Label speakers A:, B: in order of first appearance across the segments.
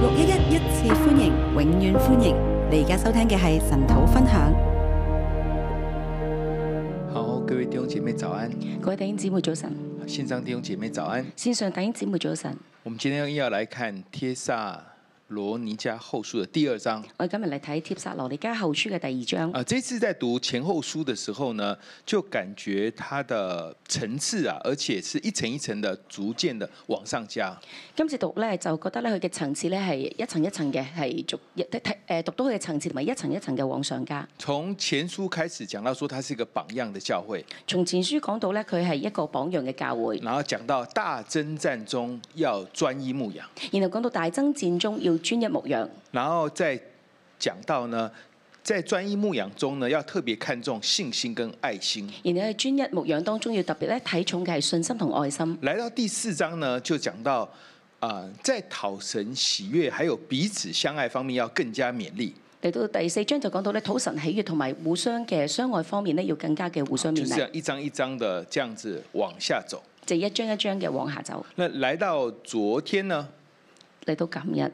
A: 六一一一次歡迎，永遠歡迎！你而家收聽嘅係神土分享。
B: 好，各位弟兄姐妹早安，
C: 各位弟兄姊妹早晨，
B: 線上弟兄姐妹早安。
C: 線上弟兄姊妹早晨。
B: 我們今天要來看帖撒羅尼迦後書的第二章。
C: 我哋今日嚟睇帖撒羅尼迦後書嘅第二章。
B: 啊，這次在讀前後書的時候呢，就感覺它的層次啊，而且是一層一層的逐漸的往上加。
C: 今次讀咧就覺得咧佢嘅層次咧係一層一層嘅，係逐一睇誒讀到佢嘅層次同埋一層一層嘅往上加。
B: 從前書開始講到說，它是一個榜樣的教會，
C: 從前書講到咧佢係一個榜樣嘅教會，
B: 然後講到大征戰中要專一牧養，
C: 然後講到大爭戰中要專一牧養，
B: 然後再講到呢，在專一牧養中呢，要特別看重信心跟愛心。
C: 然後喺專一牧養當中要特別咧睇重嘅係信心同愛心。
B: 來到第四章呢，就講到啊、呃在討神喜悅還有彼此相愛方面要更加勉勵，
C: 嚟到第四章就講到咧討神喜悅同埋互相嘅相愛方面咧要更加嘅互相
B: 就
C: 勉
B: 是這
C: 勵，
B: 樣一章一章的這樣子往下走。
C: 就一章一章嘅往下走。
B: 那來到昨天呢，
C: 嚟到今日。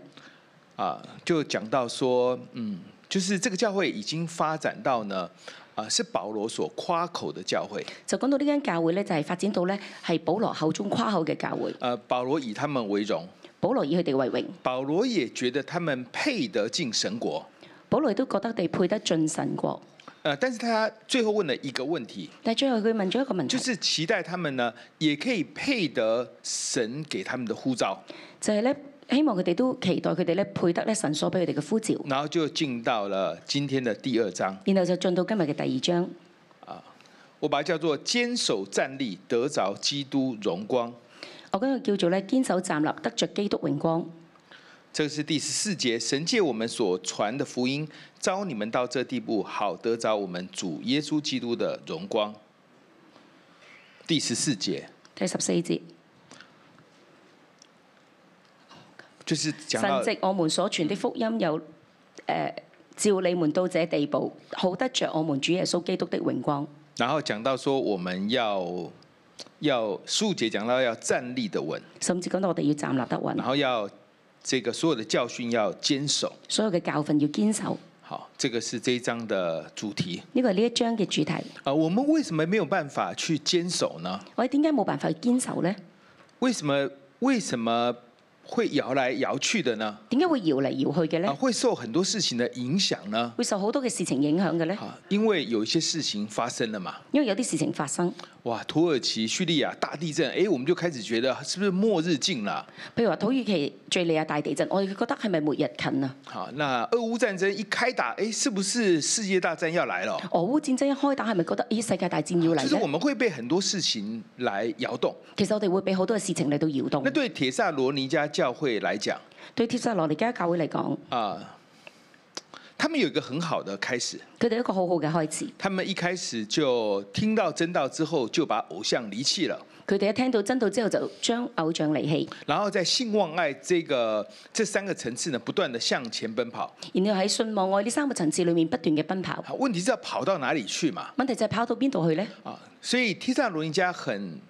B: 啊、就講到說，嗯，就是這個教會已經發展到呢，啊、是保羅所誇口的教會。
C: 就講到呢間教會咧，就係發展到咧係保羅口中誇口嘅教會。
B: 呃，保羅以他們為榮，
C: 保羅以佢哋為榮，
B: 保羅也覺得他們配得進神國。
C: 保羅亦都覺得佢哋配得進神國。
B: 呃，但是他最後問了一個問題，
C: 但係最後佢問咗一個問題，
B: 就是期待他們呢，也可以配得神給他們的呼召，
C: 就係咧希望佢哋都期待佢哋咧配得咧神所俾佢哋嘅呼召。
B: 然後就進到了今天的第二章，
C: 然後就進到今日嘅第二章，
B: 我把它叫做堅守站立，得着基督榮光。
C: 我今日叫做咧堅守站立，得着基督榮光。
B: 這是第十四節，神借我們所傳的福音，招你們到這地步，好得着我們主耶穌基督的榮光。第十四節
C: 第十四節，
B: 就是
C: 神
B: 講到
C: 藉我們所傳的福音有誒、呃照你們到這地步，好得着我們主耶穌基督的榮光。
B: 然後講到說我們要要十五節講到要站立的穩，
C: 甚至講到我哋要站立得穩
B: 然，後要這個所有的教訓要堅守。
C: 所有嘅教訓要堅守。
B: 好，這個是這一章的主題
C: 呢個係呢一章嘅主題。
B: 啊。我們為什麼沒有辦法去堅守呢？
C: 我哋點解冇辦法去堅守呢？
B: 為什麼為什麼會搖來搖去的呢？
C: 點解會搖嚟搖去嘅
B: 啊，
C: 呢？
B: 会受很多事情的影響呢？
C: 會受好多嘅事情影響嘅呢？
B: 啊，因為有一些事情發生了嘛，
C: 因為有啲事情發生，
B: 哇，土耳其、敘利亞大地震，哎、我們就開始覺得是不是末日近了？
C: 譬如話土耳其敍利亞大地震，我哋覺得係咪末日近啊？
B: 好，那俄烏戰爭一開打，哎、是不是世界大戰要來了？
C: 俄烏戰爭一開打，係咪覺得咦世界大戰要
B: 就是我
C: 嚟呢？
B: 們會被很多事情來搖動。
C: 其實我哋會俾好多嘅事情嚟到搖
B: 那
C: 動。
B: 對帖撒羅尼迦教會來講，
C: 對帖撒羅尼迦教會嚟講，
B: 啊、他們有一個很好的開始，
C: 佢哋一個好好嘅開始。
B: 他們一開始就聽到真道之後，就把偶像離棄了，
C: 佢哋一聽到真道之後，就將偶像離棄，
B: 然後在信望愛這個這三個層次呢，不斷的向前奔跑。
C: 然後喺信望愛呢三個層次裡面不斷嘅奔跑。
B: 好，問題是要跑到哪裡去嘛？
C: 問題就係跑到邊度去呢？
B: 啊，所以帖撒羅尼迦很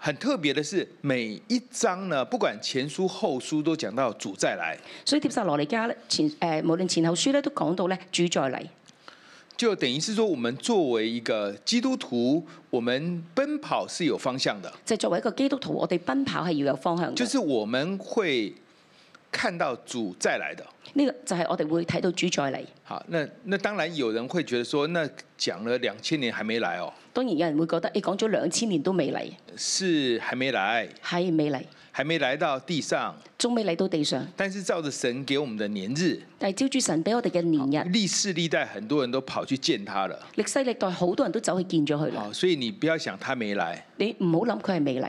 B: 很特別的是，每一章呢，不管前書後書都講到主再來，
C: 所以帖撒羅尼迦咧前誒、呃、無論前後書咧都講到咧主再嚟，
B: 就等於是說，我們作為一個基督徒，我們奔跑是有方向的，
C: 就係作為一個基督徒，我哋奔跑係要有方向嘅。呢、
B: 就是我們會看到主再來的。
C: 個就係我哋會睇到主再嚟。
B: 好，那那當然有人會覺得說，那講了兩千年還沒來哦，
C: 當然有人會覺得，你講咗兩千年都未嚟，
B: 是還沒來，
C: 係未嚟，
B: 還沒來到地上，
C: 仲未嚟到地上。
B: 但是照着神給我們的年日，
C: 但係照住神俾我哋嘅年日，
B: 歷世歷代很多人都跑去見他了。
C: 歷世歷代好多人都走去見咗佢啦。
B: 好，所以你不要想他沒來，
C: 你唔好諗佢係未嚟，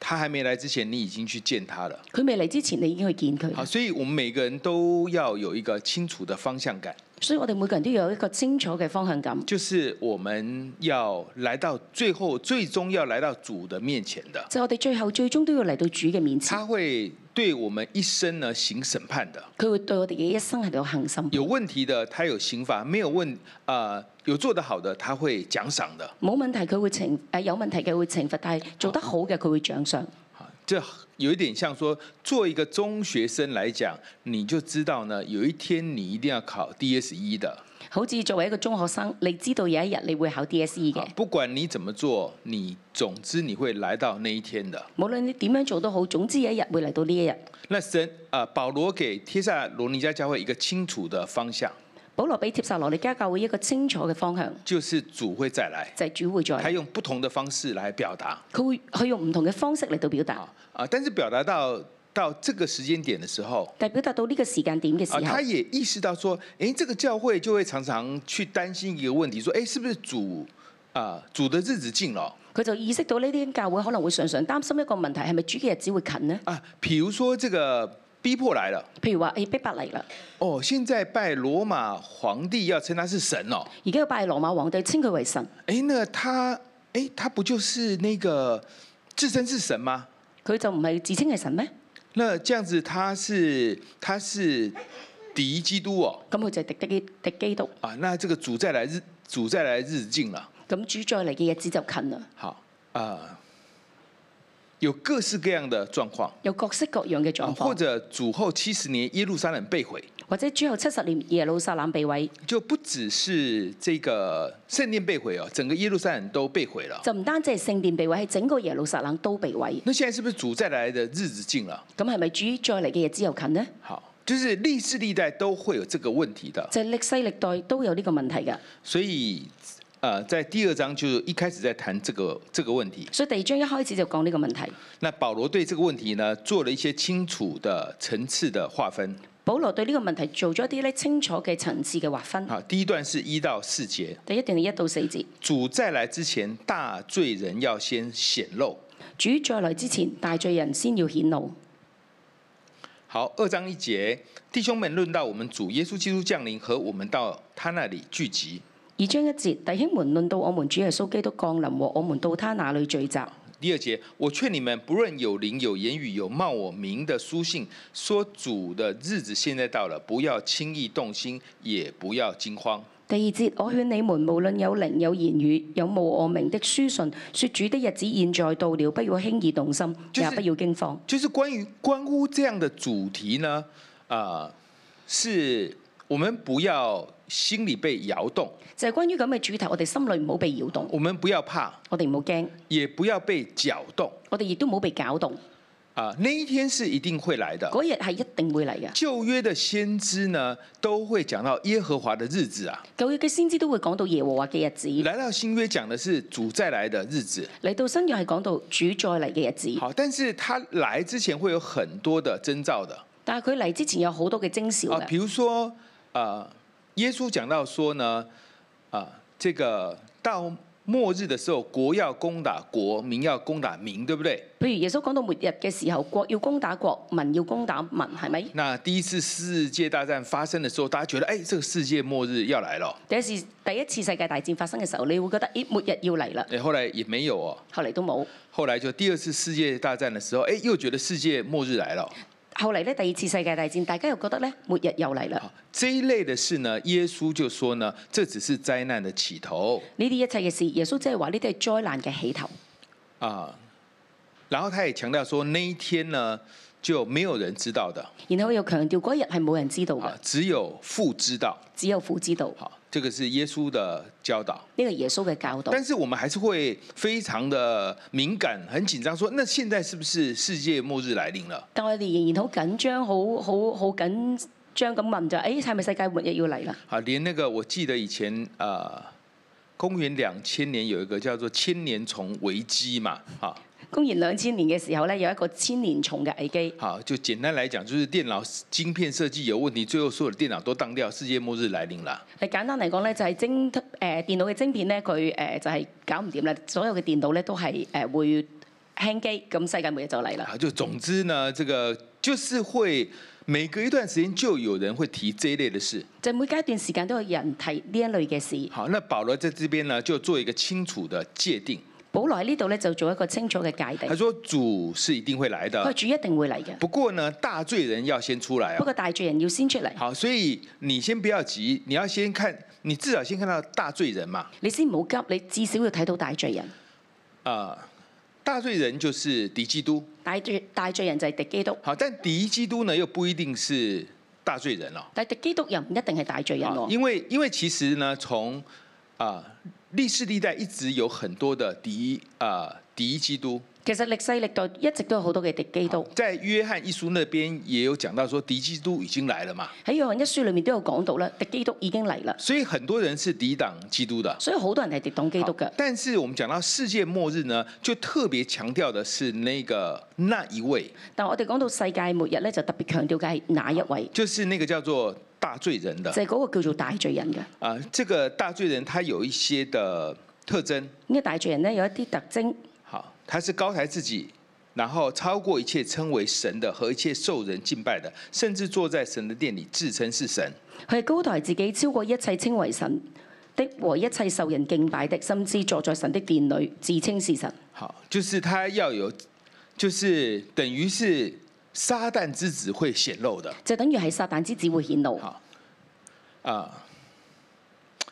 B: 他還沒來之前，你已經去見他了。
C: 佢未嚟之前你已經去見佢
B: 好，
C: 啦。
B: 所以我們每個人都要有一個清楚的方向感，
C: 所以我哋每個人都有一個清楚嘅方向感，
B: 就是我們要來到最後，最終要來到主的面前的，
C: 就係我哋最後最終都要嚟到主嘅面前，
B: 他會對我們一生呢行審判的。
C: 佢會對我哋嘅一生係度恒心。
B: 有問題的，他有刑罰；沒有問啊、呃有做得好的，他會獎賞的。
C: 冇問題，佢會懲誒有問題嘅會懲罰，但係做得好嘅佢會獎賞。
B: 好这有一点像说，做一个中学生来讲，你就知道呢，有一天你一定要考 DSE 的。
C: 好似作為一個中學生，你知道有一日你會考 DSE
B: 啊
C: 嘅，
B: 不管你怎么做，你總之你會來到那一天的。
C: 無論你點樣做都好，總之有一日會嚟到呢一日。
B: 那神啊、呃保羅给帖撒羅尼迦教會一個清楚的方向，
C: 保羅俾帖撒羅尼迦教會一個清楚嘅方向，
B: 就是主會再來，
C: 就係、主會再
B: 他
C: 嚟，
B: 用不同的方式來表達
C: 佢會佢用唔同嘅方式嚟到表達，
B: 啊啊！但是表達到到這個時間點的時候。
C: 但係表達到呢個時間點嘅時
B: 啊，他
C: 候，
B: 也意識到說，诶，這個教會就會常常去擔心一個問題，說，诶，是不是主啊、主的日子近了
C: 佢就意識到呢啲教會可能會常常擔心一個問題，係咪主嘅日子會近呢？
B: 啊？比如說這個逼迫來了，
C: 譬如話，誒、哎逼迫嚟啦，
B: 哦，現在拜羅馬皇帝要稱他是神哦，
C: 而家要拜羅馬皇帝稱佢為神，
B: 诶，那他诶，他不就是那個自稱是神嗎？
C: 佢就唔係自稱係神咩？
B: 那這樣子他是他是敵基督哦
C: 咁佢就係敵基敵基督，
B: 啊，那這個主再來日主再來日子近了。
C: 咁主再嚟嘅日子就近啦，
B: 好啊、有各式各樣的狀況
C: 有各式各樣嘅
B: 啊，
C: 狀況
B: 或。者主後七十年耶路撒冷被毀，
C: 或者主後七十年耶路撒冷被毀，
B: 就不只是這個聖殿被毀哦，整個耶路撒冷都被毀了。
C: 就唔單止係聖殿被毀，係整個耶路撒冷都被毀。
B: 那現在是不是主再來的日子近了？
C: 咁係咪主再嚟嘅日子又近呢？
B: 好，就是歷世歷代都會有這個問題的，
C: 就係歷世歷代都有呢個問題㗎。
B: 所以呃，在第二章就是一開始在談這個這個問題。
C: 所以第二章一開始就講呢個問題。
B: 那保羅對這個問題呢，做了一些清楚的層次的劃分。
C: 保羅對呢個問題做咗一啲咧清楚嘅層次嘅劃分。
B: 好，第一段是一到四節，
C: 第一段係一到四節，
B: 主再來之前，大罪人要先顯露。
C: 主再來之前，大罪人先要顯露。
B: 好，二章一節，弟兄們論到我們主耶穌基督降臨和我們到他那裡聚集。
C: 二章一節，弟兄們論到我們主耶穌基督降臨和我們到他那裏聚集。
B: 第二節，我勸你們，不論有靈、有言語、有冒我名的書信，說主的日子現在到了，不要輕易動心，也不要驚慌。
C: 第二節，我勸你們，無論有靈有言語有冒我名的書信，說主的日子現在到了，不要輕易動心，
B: 就是
C: 也不要驚慌。
B: 就是關於關乎這樣的主題呢，啊、是我們不要心裡被搖動，
C: 就係、關於咁嘅主題，我哋心裏唔好被搖動，
B: 我們不要怕，
C: 我哋唔好驚，
B: 也不要被攪動
C: 我哋亦都唔好被攪動。
B: 啊、那一天是一定會來的。
C: 嗰日係一定會嚟嘅。
B: 舊約的先知呢，都會講到耶和華的日子啊，
C: 舊約嘅先知都會講到耶和華嘅日子，
B: 來到新約講的是主再來的日子。
C: 嚟到新約係講到主再嚟嘅日子。
B: 好，但是他來之前會有很多的徵兆的
C: 但係佢嚟之前有好多嘅徵兆
B: 啊，
C: 嘅，
B: 比如说呃，耶穌講到說呢，啊、这个到末日的時候，國要攻打國，民要攻打民，對不對？
C: 譬如耶穌講到末日嘅時候，國要攻打國，民要攻打民，係咪？
B: 那第一次世界大戰發生的時候，大家覺得，哎、這個世界末日要來了，
C: 第一次第一次世界大戰發生嘅時候，你會覺得咦末日要嚟啦，
B: 哎，後來也沒有哦。
C: 後嚟都冇。
B: 後來就第二次世界大戰的時候，哎、又覺得世界末日來了。
C: 後嚟咧，第二次世界大戰，大家又覺得咧，末日又嚟啦。
B: 好，这一类的事呢，耶穌就说呢，这只是灾难的起头
C: 呢啲一切嘅事，耶穌即係話呢啲係災難嘅起頭。
B: 啊。然後他也強調說，那一天呢，就沒有人知道的
C: 然後又強調嗰一日係冇人知道嘅
B: 啊，，只有父知道。
C: 只有父知道。呢
B: 好，這個是耶穌的教導。
C: 個係耶穌嘅教導。
B: 但是我們還是會非常的敏感，很緊張，說那現在是不是世界末日來臨了？
C: 但我哋仍然好緊張，好好好緊張咁問就哎誒係咪世界末日要嚟啦？
B: 啊，連那個我記得以前呃，公元兩千年有一個叫做千年蟲危機嘛，啊，
C: 公元兩千年嘅時候咧，有一個千年蟲嘅危機。
B: 好，就簡單來講，就是電腦晶片設計有問題，最後所有的電腦都當掉，世界末日來臨了。
C: 你簡單嚟講咧，就係晶誒電腦嘅晶片咧，佢誒就係搞唔掂啦，所有嘅電腦咧都係誒會輕機，咁世界末日就嚟啦。
B: 啊，就總之呢，這個就是會每隔一段時間就有人會提這一類的事。
C: 就每隔一段時間都有人提呢一類嘅事。
B: 好，那保羅在這邊呢，就做一個清楚的界定，
C: 保羅喺呢度咧就做一個清楚嘅界定
B: 他，說主是一定會來
C: 佢話
B: 的，
C: 主一定會嚟嘅，
B: 不過呢，大罪人要先出來
C: 不
B: 哦。
C: 過大罪人要先出嚟，
B: 好，所以你先不要急，你要先看，你至少先看到大罪人嘛。
C: 你先唔好急，你至少要睇到大罪人。
B: 啊、大罪人就是敌基督，
C: 大罪大罪人就係敵基督，
B: 好，但敌基督呢又不一定是大罪人哦。
C: 但係敵基督又唔一定係大罪人
B: 啊，
C: 喎。
B: 因为因为其实呢，从啊、历世历代一直有很多的敌啊、敌基督，
C: 其實歷世歷代一直都有好多嘅敵基督，
B: 在约翰一书那边也有讲到说敌基督已经来了嘛，
C: 喺約翰一書裏面都有講到啦，敵基督已經嚟啦，
B: 所以很多人是抵挡基督的。
C: 所以好多人係敵擋基督嘅
B: 好。但是我们讲到世界末日呢，就特别强调的是那个那一位，
C: 但我哋講到世界末日咧，就特別強調嘅係哪一位，
B: 就是那个叫做大罪人的
C: 就係嗰個叫做大罪人嘅。
B: 啊、这个大罪人他有一些的特征，
C: 呢個大罪人咧有一啲特徵，
B: 好，他是高抬自己，然后超过一切称为神的和一切受人敬拜的，甚至坐在神的殿里自称是神。
C: 佢係高抬自己，超過一切稱為神的和一切受人敬拜的，甚至坐在神的殿裏，自稱是神。
B: 好，就是他要有，就是等于是撒旦之子会显露的
C: 就等於係撒旦之子會顯露。
B: 好啊、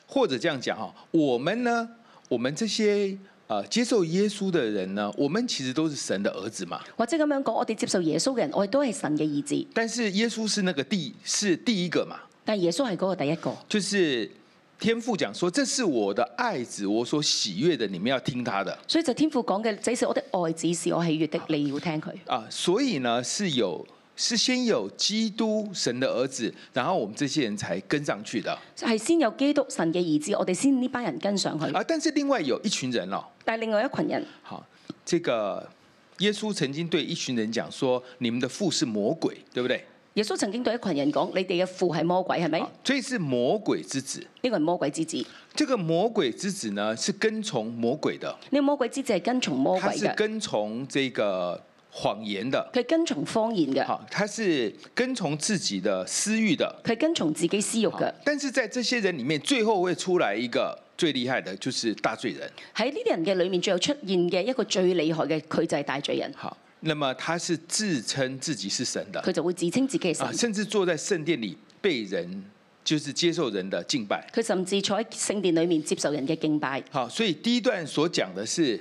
B: 或者这样讲哈，啊我们呢，我们这些呃接受耶稣的人呢，我们其实都是神的儿子嘛。
C: 或者咁樣講，我哋接受耶穌嘅人，我哋都係神嘅兒子，
B: 但是耶穌是那個第是第一個嘛，
C: 但係耶穌係嗰個第一個。
B: 就是天父講說，這是我的愛子，我所喜悦的，你們要聽他的
C: 所以就天父講嘅，這是我的愛子，是我喜悅的，你要聽佢。
B: 啊。所以呢，是有是先有基督神的兒子，然後我們這些人才跟上去的
C: 係先有基督神嘅兒子，我哋先呢班人跟上去。
B: 啊。但是另外有一群人哦，
C: 但係另外一群人，
B: 好，這個耶穌曾經對一群人講說，你們的父是魔鬼，對不對？
C: 耶穌曾經對一群人講：你哋嘅父係魔鬼，係咪？
B: 好所以是魔鬼之子。
C: 呢個係魔鬼之子。
B: 這個魔鬼之子呢，是跟從魔鬼的。
C: 呢個魔鬼之子係跟從魔鬼
B: 他是
C: 嘅，
B: 跟從这个谎言的，
C: 佢係跟從謊言嘅，
B: 好，他是跟從自己的私欲的。
C: 佢係跟從自己私欲
B: 好
C: 嘅。
B: 但是在这些人里面，最后会出来一个最厉害的，就是大罪人。
C: 喺呢啲人嘅裏面，最後出現嘅一個最厲害嘅，佢就係大罪人，
B: 好，那么他是自稱自己是神的
C: 佢就會自稱自己係神
B: 啊，。甚至坐在圣殿里被人就是接受人的敬拜。
C: 佢甚至坐喺聖殿裏面接受人嘅敬拜。
B: 好，所以第一段所讲的是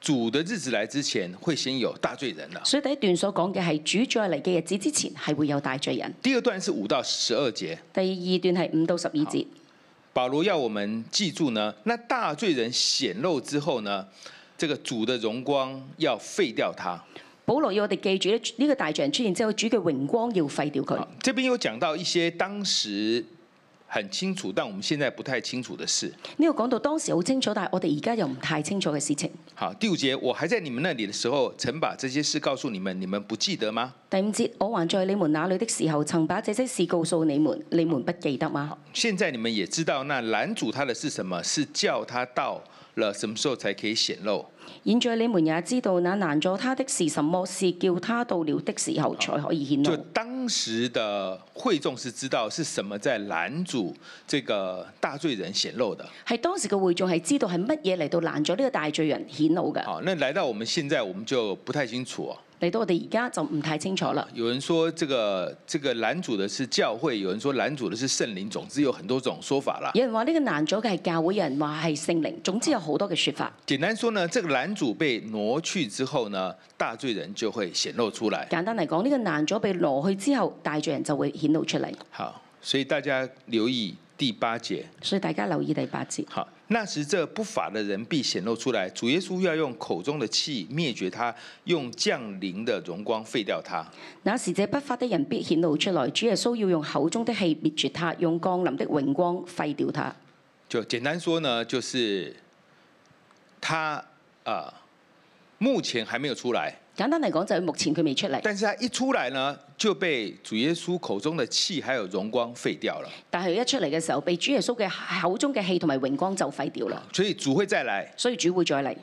B: 主的日子来之前，会先有大罪人了。
C: 所以第一段所講嘅係主再嚟嘅日子之前係會有大罪人。
B: 第二段是五到十二节，
C: 第二段係五到十二節，
B: 保罗要我们记住呢，那大罪人显露之后呢，这个主的荣光要废掉他。
C: 保羅要我哋記住咧，呢個大罪人出現之後，主嘅榮光要廢掉佢
B: 好。，这边有讲到一些当时很清楚，但我们现在不太清楚的事。
C: 呢個講到當時好清楚，但係我哋而家又唔太清楚嘅事情。
B: 好，第五节，我还在你们那里的时候，曾把这些事告诉你们，你们不记得吗？
C: 第五節，我還在你們那裏的時候，曾把這些事告訴你們，你們不記得嗎？
B: 现在你们也知道，那拦阻他的是什么？是叫他到了什么时候才可以显露？
C: 現在你們也知道那難咗他的是什麼，是叫他到了的時候才可以顯
B: 就
C: 露。
B: 当时的会众是知道是什么在拦阻这个大罪人显露的。
C: 係當時嘅會眾係知道係乜嘢嚟到難咗呢個大罪人顯露嘅。
B: 好，那来到我们现在，我们就不太清楚哦。
C: 嚟到我哋而家就唔太清楚啦。
B: 有人说这个这个拦阻的是教会，有人说拦阻的是圣灵，总之有很多种说法啦。
C: 有人話呢個難咗嘅係教會，有人話係聖靈，總之有好多嘅説法。
B: 简单说呢，这个拦阻被挪去之后呢，大罪人就会显露出来。
C: 簡單嚟講，呢、個難咗被挪去之後，大罪人就會顯露出嚟。
B: 好，所以大家留意第八节。
C: 所以大家留意第八節。
B: 好，那时这不法的人必显露出来，主耶稣要用口中的气灭绝他，用降临的荣光废掉他。
C: 那時這不法的人必顯露出來，主耶穌要用口中的氣滅絕他，用降臨的榮光廢掉他。
B: 就简单说呢，就是他啊、呃目前还没有出来，
C: 簡單嚟講，就係目前佢未出嚟，
B: 但是他一出来呢，就被主耶稣口中的气还有荣光废掉了，
C: 但係佢一出嚟嘅時候，被主耶穌嘅口中嘅氣同埋榮光就廢掉啦。
B: 所以主会再来。
C: 所以主會再嚟，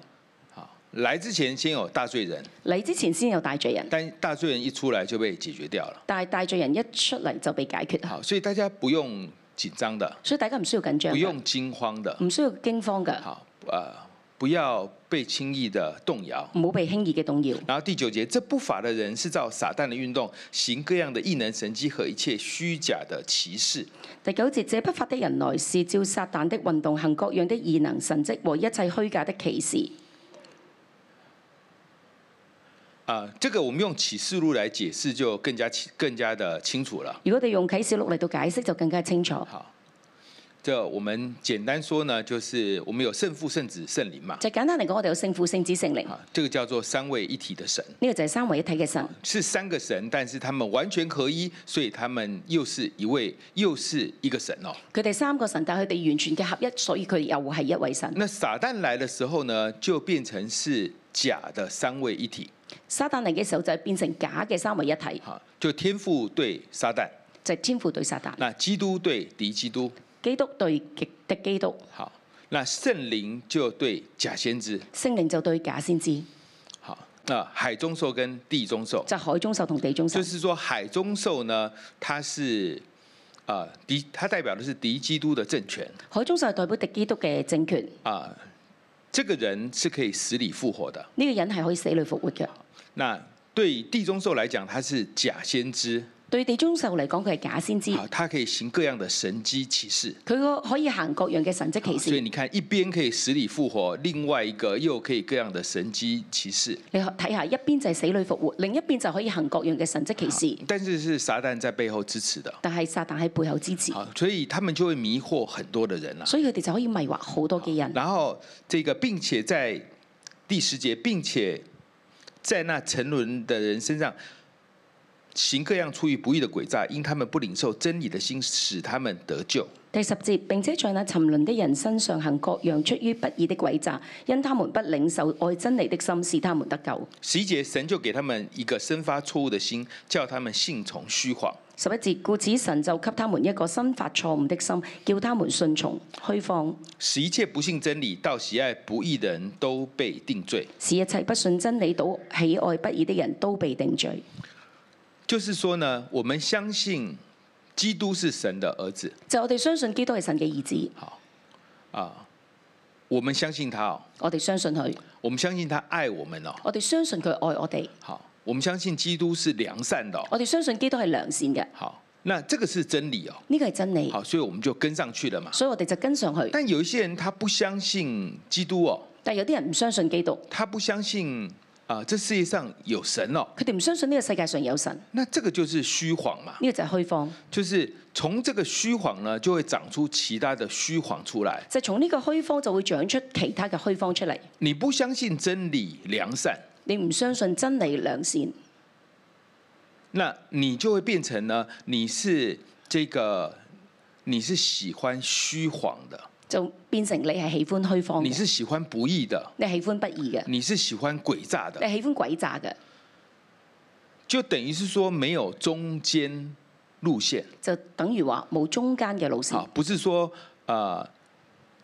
B: 来之前先有大罪人，
C: 嚟之前先有大罪人，
B: 但大罪人一出来就被解決掉了。
C: 但係大罪人一出嚟就被解決啦。
B: 好，所以大家不用紧张的，
C: 所以大家唔需要緊張
B: 不
C: 嘅。
B: 用惊慌的，
C: 唔需要驚慌 㗎，
B: 好呃，不要被轻易的动摇。
C: 唔好被輕易嘅動搖。
B: 然后第九节，这不法的人是照撒旦的运动，行各样的异能神迹和一切虚假的歧视。
C: 第九節，這不法的人來是照撒旦的運動行各樣的異能神蹟和一切虛假的歧視。
B: 啊、这个我们用启示录来解释就更加清更加的清楚了。
C: 如果你用啟示錄嚟到解釋就更加清楚，
B: 好，这我们简单说呢，就是我们有圣父、圣子、圣灵嘛，
C: 就簡單嚟講，我哋有聖父、聖子、聖靈，呢、
B: 啊，這個叫做三位一體的神，
C: 個就係三位一體嘅神，
B: 是三個神，但是他們完全合一，所以他們又是一位又是一個神哦。
C: 佢哋三個神，但係佢哋完全嘅合一，所以佢哋又係一位神。
B: 那撒旦來的時候呢，就變成是假的三位一體，
C: 撒旦嚟嘅時候就係變成假嘅三位一體，
B: 哈，就天父對撒旦，
C: 就係、天父對撒旦，
B: 那基督對敵基督，
C: 基督對極敵基督，
B: 好，那聖靈就對假先知，
C: 聖靈就對假先知，
B: 好，那海中獸跟地中獸，
C: 就係海中獸同地中
B: 就
C: 獸。
B: 是說海中獸呢，它是啊敌、它代表的是敌基督的政權
C: 海中獸係代表敵基督嘅政權，呢、
B: 啊、这个人是可以死裡復活的。
C: 個人係可以死裏復活嘅。
B: 那对地中獸來講，它是假先知，
C: 對地中獸嚟講，佢係假先知，
B: 好，它可以行各樣的神迹奇事。
C: 佢個可以行各樣嘅神跡
B: 好哦
C: 奇
B: 所以
C: 事。
B: 你看，一邊可以死裡復活，另外一個又可以各樣的神迹奇事，
C: 你睇下，一邊就係死裏復活，另一邊就可以行各樣嘅神跡奇事。
B: 但是是撒旦在背後支持的。
C: 但係撒旦喺背後支持，
B: 好，所以他們就會迷惑很多的人啦、啊
C: 所以佢哋就可以迷惑好多嘅人。
B: 然后这个，并且在第十节，并且在那沉沦的人身上行各样出于不义的诡诈，因他们不领受真理的心，使他们得救。
C: 第十節，並且在那沉淪的人身上行各樣出於不義的詭詐，因他們不領受愛真理的心，使他們得救。
B: 十一节，神就给他们一个生发错误的心，叫他们信从虚谎。
C: 十一節，故此神就給他們一個新發錯誤的心，叫他們順從虛放，
B: 使一切不信真理到喜爱不义的人都被定罪。
C: 使一切不信真理、倒喜愛不義的人都被定罪。
B: 就是说呢，我们相信基督是神的儿子，
C: 就我哋相信基督係神嘅兒子，
B: 好啊，我们相信他哦，
C: 我哋相信佢，
B: 我们相信他爱我们哦。
C: 我哋相信佢愛我哋，
B: 好，我们相信基督是良善的、哦。
C: 我哋相信基督係良善嘅，
B: 好，那这个是真理哦。
C: 呢個係真理，
B: 好，所以我们就跟上去了嘛。
C: 所以我哋就跟上去。
B: 但有一些人他不相信基督哦，
C: 但係有啲人唔相信基督，
B: 他不相信啊、这世界上有神哦。
C: 佢哋唔相信呢個世界上有神，呢、
B: 那这个就是虚谎嘛，
C: 個就係虛放。
B: 就是从这个虚谎呢，就会长出其他的虚谎出来。
C: 就從呢個虛方就會長出其他嘅虛方出嚟。
B: 你不相信真理、良善，
C: 你唔相信真理良善，
B: 那你就会变成呢，你是这个，你是喜欢虚谎的，
C: 就變成你係喜歡虛方
B: 你
C: 嘅，
B: 是嗯喜歡不义的，
C: 你係喜歡不義嘅，
B: 你是喜歡诡诈
C: 你
B: 的，
C: 係喜歡鬼詐嘅，
B: 就等於是說沒有中間路線
C: 就等於話冇中間嘅路
B: 啊
C: 線，，
B: 不是說呃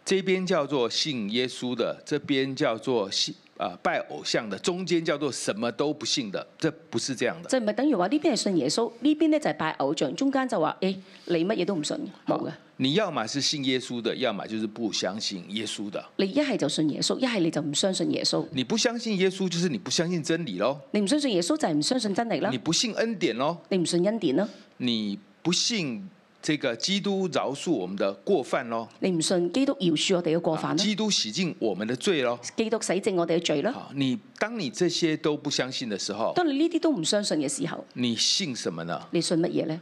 B: 這邊叫做信耶穌的，這邊叫做信呃拜偶像的，中間叫做什麼都不信的，這不是這樣的。
C: 就唔係等於話呢邊係信耶穌，呢邊咧就係拜偶像，中間就話誒、你乜嘢都唔信嘅，冇嘅。
B: 你要麼是信耶穌的，要麼就是不相信耶穌的。
C: 你一係就信耶穌，一係你就唔相信耶穌。
B: 你不相信耶穌，就是你不相信真理咯，
C: 你唔相信耶穌就係唔相信真理啦
B: 你，不信恩典咯，
C: 你唔信恩典啦，
B: 你不信這個基督饒恕我們的過犯咯，
C: 你唔信基督饒恕我哋嘅過犯啦，
B: 基督洗淨我們的罪咯。
C: 基督洗淨我哋嘅罪啦。
B: 好，你当你这些都不相信的时候，
C: 當你呢啲都唔相信嘅時候，
B: 你信什么呢？
C: 你信乜嘢呢？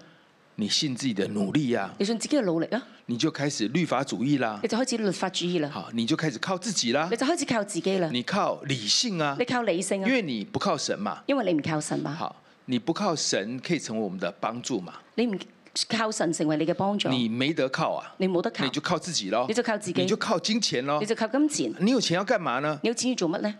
B: 你信自己的努力呀、
C: 你信自己嘅努力啊，
B: 你就开始律法主义啦
C: 你，就開始律法主義啦，
B: 好，你就开始靠自己啦
C: 你，就開始靠自己啦，
B: 你靠理性啊
C: 你，靠理性
B: 因
C: 啊，
B: 为你不靠神嘛，
C: 因為你唔靠神嘛，
B: 好，你不靠神可以成为我们的帮助嘛，
C: 你唔靠神成為你嘅幫助，
B: 你
C: 你
B: 没得靠啊，
C: 冇得哦靠
B: 你，就靠自己咯，
C: 你就靠自己
B: 你就靠金钱咯
C: 你，就靠金錢，
B: 你有钱要干嘛呢？
C: 你有錢要做乜呢？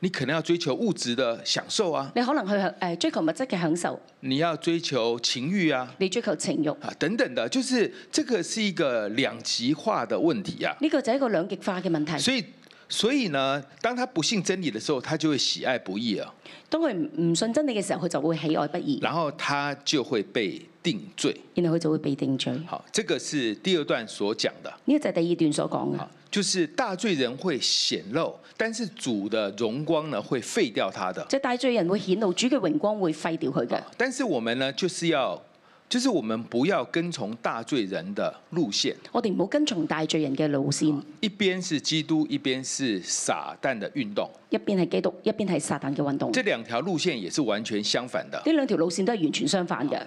B: 你可能要追求物质的享受啊，
C: 你可能去誒追求物質嘅享受，
B: 你要追求情欲啊，
C: 你追求情慾，
B: 啊等等的，就是这个是一个两极化的问题啊。
C: 呢個就係一個兩極化嘅問題。
B: 所以，所以呢，当他不信真理的时候，他就会喜爱不义啊，
C: 當佢唔唔信真理嘅時候，佢就會喜愛不義，
B: 然后他就会被定罪。
C: 然後佢就會被定罪。呢
B: 好，這個是第二段所講的。
C: 個就係第二段所講嘅
B: 好，，就是大罪人會顯露，但是主的榮光呢会廢掉他的。啊
C: 即係大罪人會顯露主嘅榮光會廢掉佢嘅。
B: 但是我們呢，就是要就是我们不要跟从大罪人的路线，
C: 我哋唔好跟從大罪人嘅路線，
B: 一边是基督，一边是撒旦的运动，
C: 一邊係基督，一邊係撒旦嘅運動。
B: 这
C: 呢
B: 两条路线也是完全相反的。
C: 兩條路線都係完全相反
B: 啊
C: 嘅。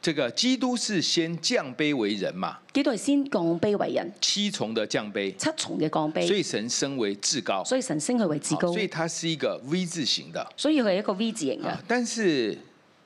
B: 这个基督是先降卑为人嘛，
C: 基督係先降卑為人，
B: 七重的降卑，
C: 七重嘅
B: 所
C: 降卑，
B: 以神升为至高，
C: 所以神升佢為至
B: 好
C: 高
B: 所，以它是一个 V 字形的
C: 所以佢係一個 V 字形嘅
B: 啊。。但是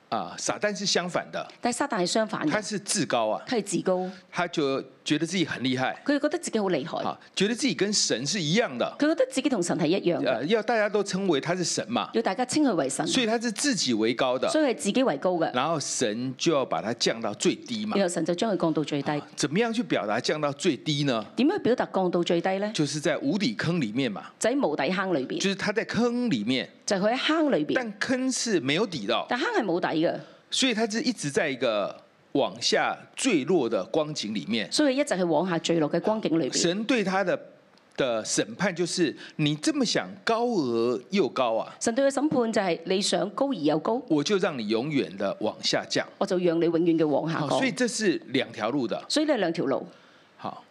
B: 啊，撒旦是相反的，
C: 但係撒旦係相反
B: 他
C: 嘅，
B: 是至高啊，
C: 佢係自高，
B: 他就觉得自己很厉害，
C: 佢覺得自己好厲害，
B: 啊，覺得自己跟神是一樣的，
C: 佢覺得自己同神係一樣嘅，
B: 呃，要大家都稱為他是神嘛，
C: 要大家稱佢為神，
B: 所
C: 所
B: 以啊他是自己為高的，
C: 以係自己為高嘅。
B: 然後神就要把他降到最低嘛
C: 然。後神就將佢降到最低。
B: 怎麼樣去表達降到最低呢？
C: 點樣表達降到最低呢？
B: 就是在無底坑裡面嘛，
C: 就喺無底坑裏邊，
B: 就是他在坑裡面，
C: 就係佢喺坑裏邊，
B: 但坑是沒有底的哦，
C: 但坑係冇底嘅，
B: 所以他是一直在一個往下墜落的光景裡面。
C: 所以一直係往下墜落嘅光景裏邊。
B: 神對他的的審判就是：你這麼想高而又高啊，
C: 神對佢審判就係你想高而又高，
B: 我就讓你永遠的往下降。
C: 我就讓你永遠嘅往下
B: 好，啊所以
C: 降。
B: 这是兩條路的。
C: 所以呢兩條路，
B: 好，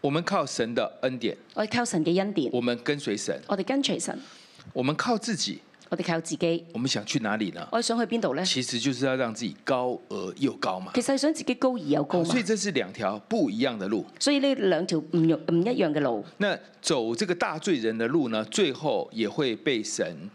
B: 我們靠神的恩典，
C: 我哋靠神嘅恩典，
B: 我們跟隨神；
C: 我哋跟隨神，
B: 我們靠自己，
C: 我哋靠自己，
B: 我們想去哪裡呢？
C: 我哋想去邊度呢？
B: 其實就是要讓自己高而又高嘛。
C: 其實係想自己高而又高
B: 好
C: 嘛
B: 啊所以。这是兩條不一樣的路。
C: 所以呢兩條唔用唔一樣嘅路，
B: 那走這個大罪人的路呢，最後也會被神，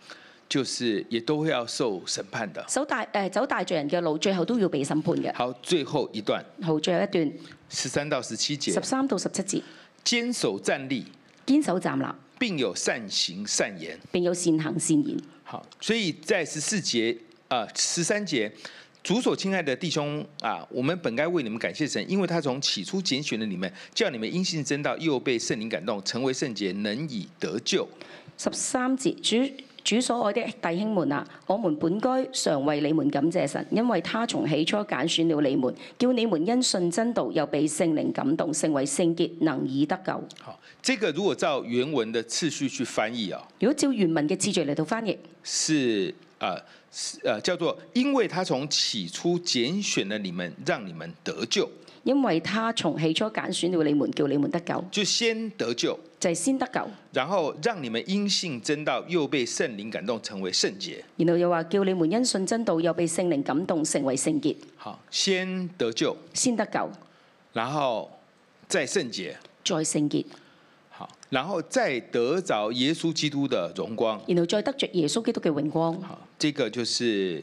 B: 就是也都會要受審判的。
C: 走大誒、呃走大罪人嘅路，最後都要被審判嘅。
B: 好，最後一段
C: 好，最後一段
B: 十三到十七
C: 十
B: 節，
C: 三到十七節，
B: 堅守站立，
C: 堅守站立，
B: 並有善行善言。
C: 並有善行善言。
B: 好，所以在十四节啊十三节，主所亲爱的弟兄啊，我们本该为你们感谢神，因为他从起初拣选了你们，叫你们因信真道，又被圣灵感动，成为圣洁，能以得救。
C: 十三節，主主所愛的弟兄們啊，我們本該常為你們感謝神，因為他從起初揀選了你們，叫你們因信真道，又被聖靈感動，成為聖潔，能以得救。
B: 好，这个如果照原文的次序去翻译啊、
C: 如果照原文嘅次序嚟到翻譯，
B: 是呃是呃叫做，因为他从起初拣选了你们，让你们得救，
C: 因為他從起初揀選了你們，叫你們得救，
B: 就先得救，
C: 就係、先得救。
B: 然后让你们因信真道，又被圣灵感动，成为圣洁。
C: 然後又話叫你們因信真道，又被聖靈感動，成為聖潔，
B: 好，先得救。
C: 先得救，
B: 然后再圣洁，
C: 再聖潔，
B: 好，然后再得着耶稣基督的荣光，
C: 然後再得着耶穌基督嘅榮光。
B: 好，这个就是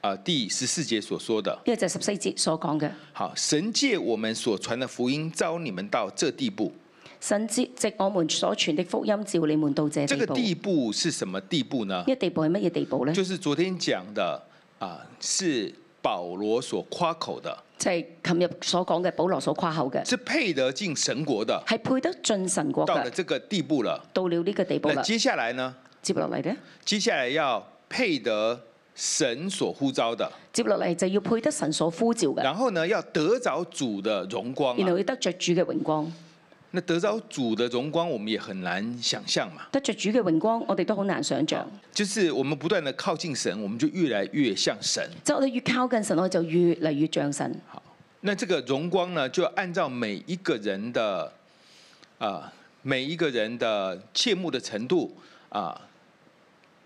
B: 啊、呃第十四节所说的，
C: 呢個就係十四節所講嘅。
B: 好，神借我们所传的福音招你们到这地步，
C: 神藉藉我們所傳的福音，召你們到這
B: 这个
C: 地步。
B: 地步是什么地步呢
C: 呢？個地步係乜嘢地步呢？
B: 就是昨天讲的啊、是保罗所夸口的，
C: 就係琴日所講嘅保羅所誇口嘅，
B: 是配得进神国的，
C: 係配得進神國
B: 到了
C: 嘅。
B: 这个地步了。
C: 到了呢個地步
B: 那
C: 啦，
B: 接下来呢？
C: 接落嚟呢，
B: 接下来要配得神所呼召的。
C: 接落嚟就要配得神所呼召嘅，
B: 然后呢，要得着主的荣光、
C: 然
B: 啊。
C: 後要得着主嘅榮光，
B: 那得着主的荣光，我们也很难想象嘛。
C: 得着主嘅榮光，我哋都好難想
B: 啊
C: 像。
B: 就是我们不断的靠近神，我们就越来越像神。
C: 即係我哋越靠近神，我哋就越嚟越像神。
B: 那这个荣光呢，就按照每一个人的啊、每一个人的切慕的程度啊、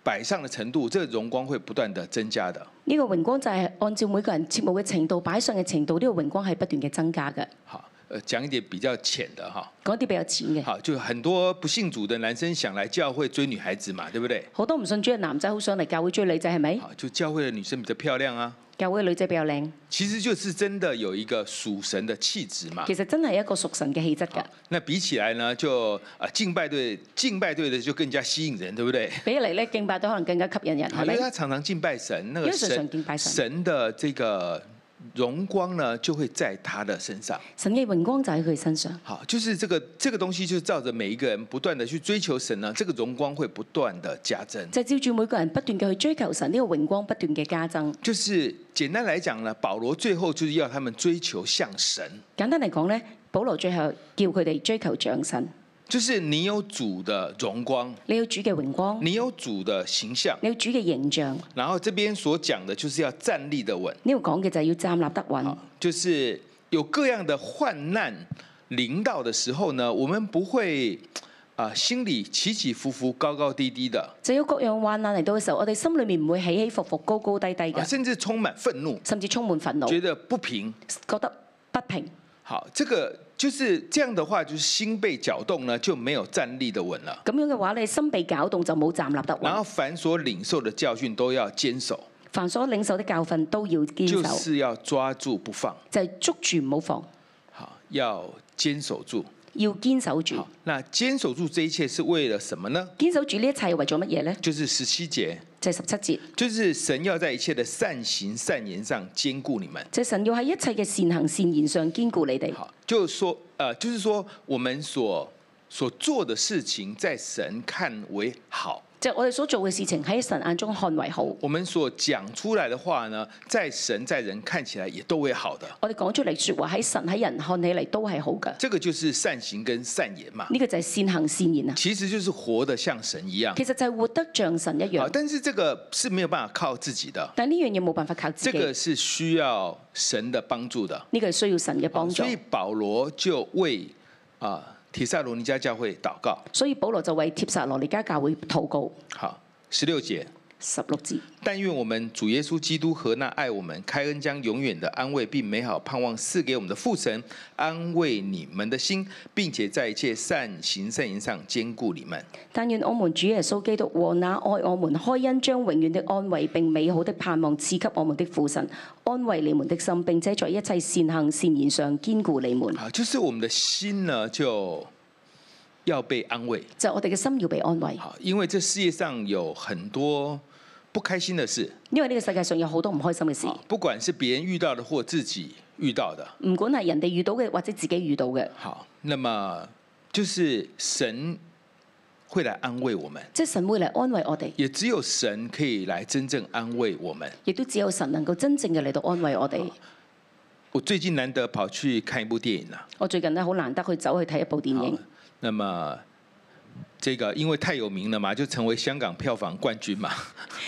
B: 摆上的程度，这个荣光会不断的增加的。
C: 呢、個榮光就係按照每個人切慕嘅程度、擺上嘅程度，呢、個榮光係不斷嘅增加嘅。
B: 好，呃，講一點比較淺的哈。
C: 講啲比較淺嘅，
B: 好，就很多不信主的男生想來教會追女孩子嘛，对不对？
C: 好多唔信主嘅男仔好想嚟教會追女仔，係咪？
B: 好，就教會的女生比較漂亮啊。
C: 教會嘅女仔比較靚。
B: 其实就是真的有一個屬神的氣質嘛
C: 其。實真係一個屬神嘅氣質㗎。
B: 那比起來呢，就啊敬拜隊敬拜隊的就更加吸引人，對不對？
C: 比起嚟咧，敬拜都可能更加吸引人，係
B: 因為
C: 咪？
B: 他常常敬拜神，那
C: 因
B: 個
C: 為常常敬
B: 神
C: 拜神
B: 的這個榮光呢，就會在他的身上。
C: 神嘅榮光就喺佢身上。
B: 好，就是這個這個東西，就是照着每一個人不斷的去追求神呢，這個榮光會不斷的加增。
C: 就照住每個人不斷嘅去追求神呢、個榮光不斷嘅加增。
B: 就是簡單來講呢，保羅最後就是要他們追求像神。
C: 簡單嚟講呢，保羅最後叫佢哋追求像神，
B: 就是你有主的荣光，
C: 你要主嘅榮光，
B: 你有主的形象。
C: 你要主嘅形象。
B: 然后这边所讲的就是要站立的稳，
C: 呢度講嘅就係要站立得穩。
B: 就是有各样的患难临到的时候呢，我们不会啊、心里起起伏伏、高高低低的，啊
C: 就有各樣患難嚟到嘅時候，我哋心裏面唔會起起伏伏、高高低低
B: 啊
C: 嘅，
B: 甚至充满愤怒，
C: 甚至充滿憤怒，
B: 觉得不平。
C: 覺得不平。
B: 好，这个就是这样的话，就是心被搅动呢，就没有站立的稳了。
C: 咁樣嘅話，你心被攪動就冇站立得
B: 然
C: 穩。
B: 后凡所领受的教训都要坚守，
C: 凡所領受的教訓都要堅
B: 就
C: 守，
B: 是要抓住不放，
C: 就係捉住唔好放，
B: 好，要坚守住。
C: 要堅守住
B: 好。，那坚守住这一切是为了什么呢？
C: 堅守住呢一切係為咗乜嘢呢？
B: 就是十七节，
C: 就係十七節，
B: 就是神要在一切的善行善言上兼顾你们。
C: 就係神要喺一切嘅善行善言上堅固你哋。
B: 好，就说呃，就是说我们所所做的事情，在神看为好；
C: 就係我哋所做嘅事情喺神眼中看為好，
B: 我们所讲出来的话呢，在神在人看起来也都会好的。
C: 我哋講出嚟説話喺神喺人看起嚟都係好嘅。
B: 这个就是善行跟善言嘛，
C: 呢個就係善行善言啊！
B: 其实就是活得像神一样。
C: 其實就係活得像神一
B: 好，
C: 樣，
B: 但是这个是没有办法靠自己的，
C: 但呢樣嘢冇辦法靠自
B: 这
C: 己，
B: 个
C: 呢
B: 是需要神的帮助的。
C: 個係需要神嘅幫助
B: 所。以保罗就为啊、提萨罗尼迦教会祷告。
C: 所以保羅就為帖撒羅尼加教會禱告
B: 好，十六节，
C: 十六節，
B: 但愿我们主耶稣基督和那爱我们、开恩将永远的安慰并美好盼望赐给我们的父神，安慰你们的心，并且在一切善行善言上兼顾你们。
C: 但願我們主耶穌基督和那愛我們、開恩將永遠的安慰並美好的盼望賜給我們的父神，安慰你們的心，並且在一切善行善言上堅固你們。
B: 好，就是我们的心呢，就要被安慰。
C: 就我哋嘅心要被安慰，
B: 好，因为这世界上有很多不开心的事，
C: 因為呢個世界上有好多唔開心嘅事，
B: 好不管是别人遇到的或自己遇到的。
C: 唔管係人哋遇到嘅或者自己遇到嘅，
B: 好，那么就是神会来安慰我们，
C: 即係神會嚟安慰我哋，
B: 也只有神可以来真正安慰我们。
C: 亦都只有神能夠真正嘅嚟到安慰我哋。
B: 我最近难得跑去看一部电影了、啊
C: 我最近咧好難得去走去睇一部電
B: 好
C: 影，，
B: 那么这个因为太有名了嘛，就成为香港票房冠军嘛。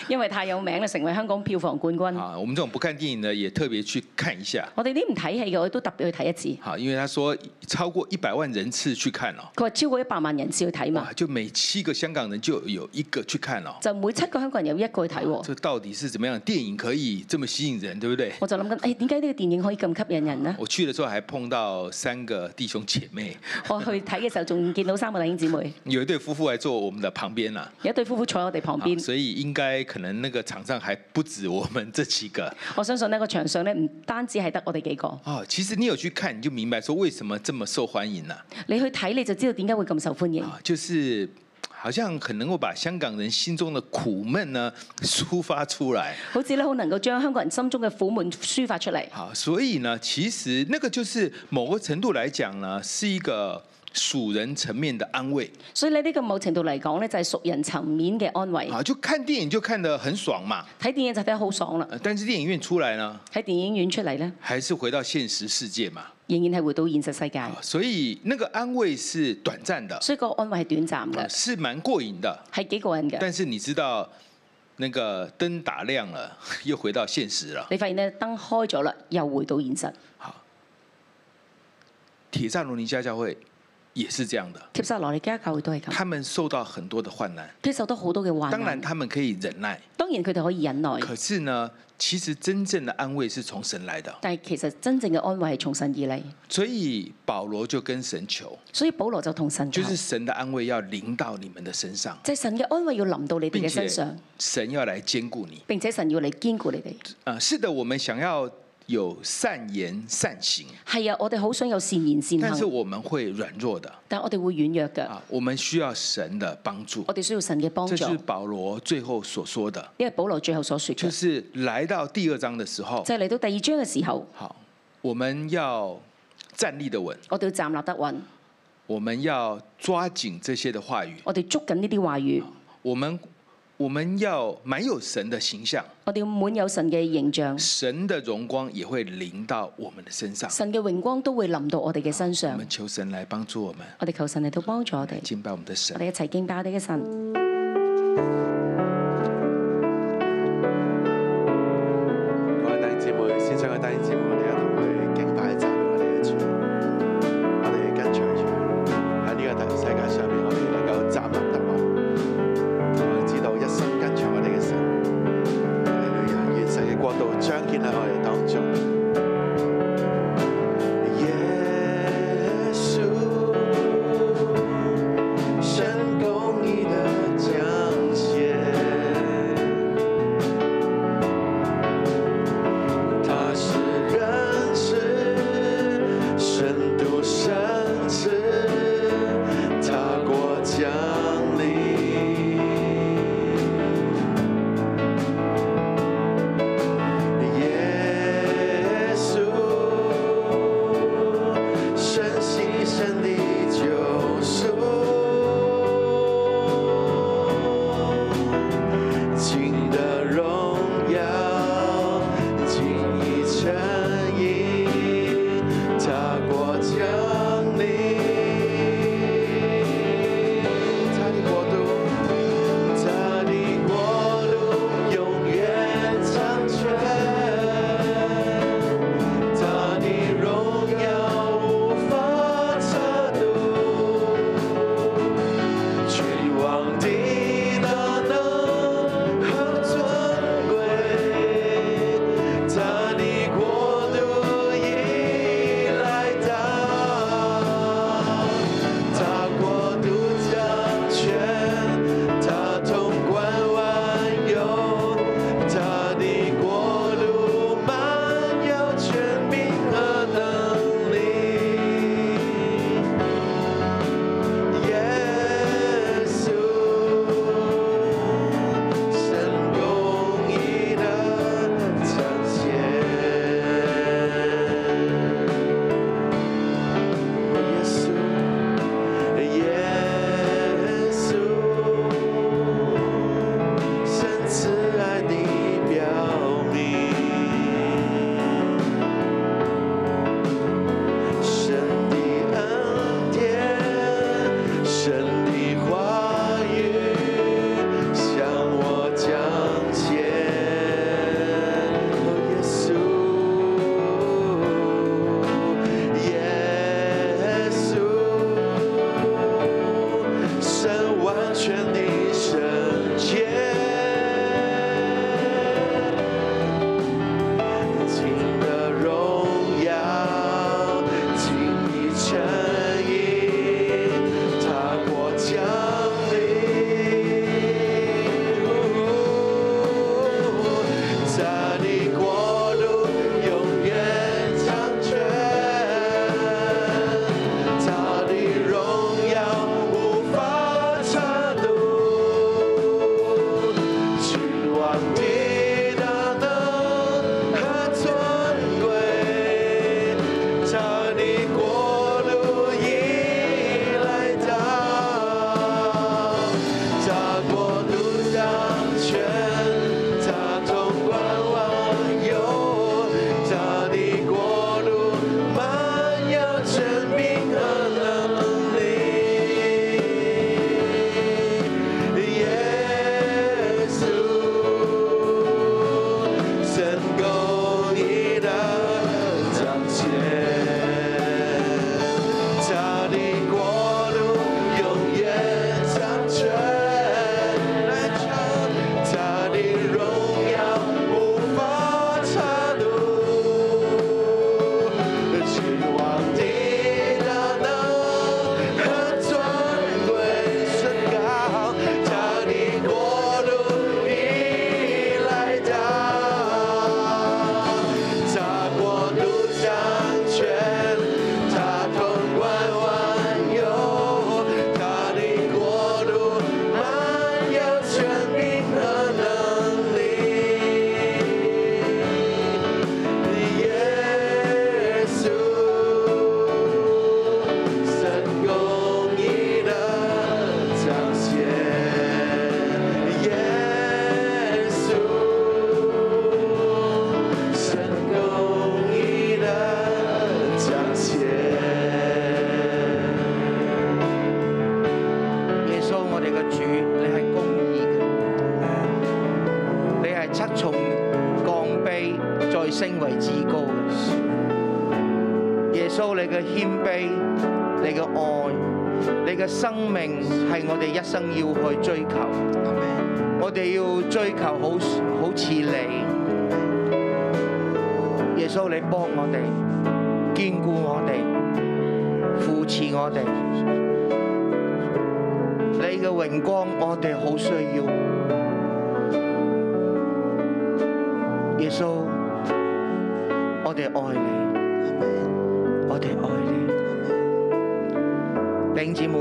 C: 因為太有名啦，成為香港票房冠軍。
B: 啊，我们这种不看电影的也特别去看一下。
C: 我哋啲唔睇戲嘅，我都特別去睇一次。
B: 好，因为他说超过一百万人次去看哦，
C: 佢話超過一百萬人次去睇嘛
B: 哇，，就每七个香港人就有一个去看哦。
C: 就每七個香港人有一個去睇喎。
B: 这到底是怎么样？电影可以这么吸引人，对不对？
C: 我就諗緊，哎誒點解呢個電影可以咁吸引人呢？
B: 我去的时候还碰到三个弟兄姐妹，
C: 我去睇嘅時候仲見到三個弟兄姊妹，
B: 有一对夫妇还坐我们的旁边啦、
C: 有一對夫婦坐喺我哋旁
B: 啊
C: 邊。
B: 所以应该可能那个场上还不止我们这几个。
C: 我相信呢個場上咧唔單止係得我哋幾個，
B: 哦，其实你有去看，你就明白说为什么这么受欢迎了啊
C: 你去睇你就知道點解會咁受歡迎。
B: 就是好像很能够把香港人心中的苦闷呢抒发出来。
C: 好似咧好能夠將香港人心中嘅苦悶抒發出嚟。
B: 好，所以呢，其实那个就是某个程度来讲呢，是一个属人层面的安慰
C: 所以呢呢個某程度嚟講咧，就係熟人層面嘅安慰。
B: 啊。就看电影就看得很爽嘛，
C: 睇電影就睇得好爽啦，
B: 呃但是电影院出来呢，
C: 喺電影院出嚟咧，
B: 还是回到现实世界嘛。
C: 仍然係回到現實世界，
B: 啊所以那个安慰是短暂的，
C: 所以個安慰係短暫
B: 啊
C: 嘅，
B: 是蛮过瘾的。
C: 係幾個人嘅。
B: 但是你知道，那个灯打亮了， 又回到现实了。
C: 你發現咧燈開咗啦，又回到現實。
B: 铁萨罗尼迦教会也是这样的，
C: 帖撒羅尼加教會都係咁，
B: 他们受到很多的患难，
C: 佢受到好多嘅嗯患
B: 当然
C: 難。
B: 他们可以忍耐，
C: 當然佢哋可以忍耐，
B: 可是呢，其实真正的安慰是从神来的。
C: 但係其實真正嘅安慰係從神而嚟。
B: 所以保罗就跟神求，
C: 所以保羅就同神
B: 就
C: 求，
B: 是神的安慰要临到你们的身上，
C: 就係神嘅安慰要臨到你哋
B: 并
C: 嘅身
B: 且
C: 上，
B: 神要来兼顾你。
C: 並且神要嚟堅固你哋。
B: 啊、是的，我们想要有善言善行，
C: 係啊，我哋好想有善言善
B: 但是
C: 行，
B: 我们会软弱的
C: 但我哋會軟弱嘅，
B: 啊，我们需要神的帮助。
C: 我哋需要神嘅幫
B: 这
C: 助。
B: 是保罗最后所说的，
C: 呢個保羅最後所說
B: 就
C: 嘅，
B: 是来到第二章的时候，
C: 就係嚟到第二章嘅時候，
B: 好，我们要站立的稳，
C: 我哋要站立得穩，
B: 我们要抓紧这些的话语，啊
C: 我哋捉緊呢啲話語，
B: 我们我们要满有神的形象，
C: 我哋要滿有神嘅形象，
B: 神的荣光也会临到我们的身上。
C: 神嘅榮光都會臨到我哋嘅身
B: 我
C: 上
B: 们。求神来帮助我们，
C: 我哋求神嚟到幫助我哋，
B: 敬拜我们的神
C: 我。哋一齊敬拜我哋嘅神。
D: 各位弟兄姊妹，線上嘅弟兄姊妹，我哋一同去敬拜讚美我哋嘅主，我哋跟隨主喺呢個世界上面，我哋能夠站立得穩，我哋知道一生跟隨我哋嘅神，我哋願神嘅國度彰顯喺我哋當中。耶穌，神公義的拯
E: 從降卑再升為至高嘅。耶穌，你嘅謙卑，你嘅愛，你嘅生命係我哋一生要去追求。我哋要追求好好似你，耶穌，你幫我哋，堅固我哋，扶持我哋。你嘅榮光，我哋好需要。耶穌，我哋愛你，我哋愛你。弟兄姊妹，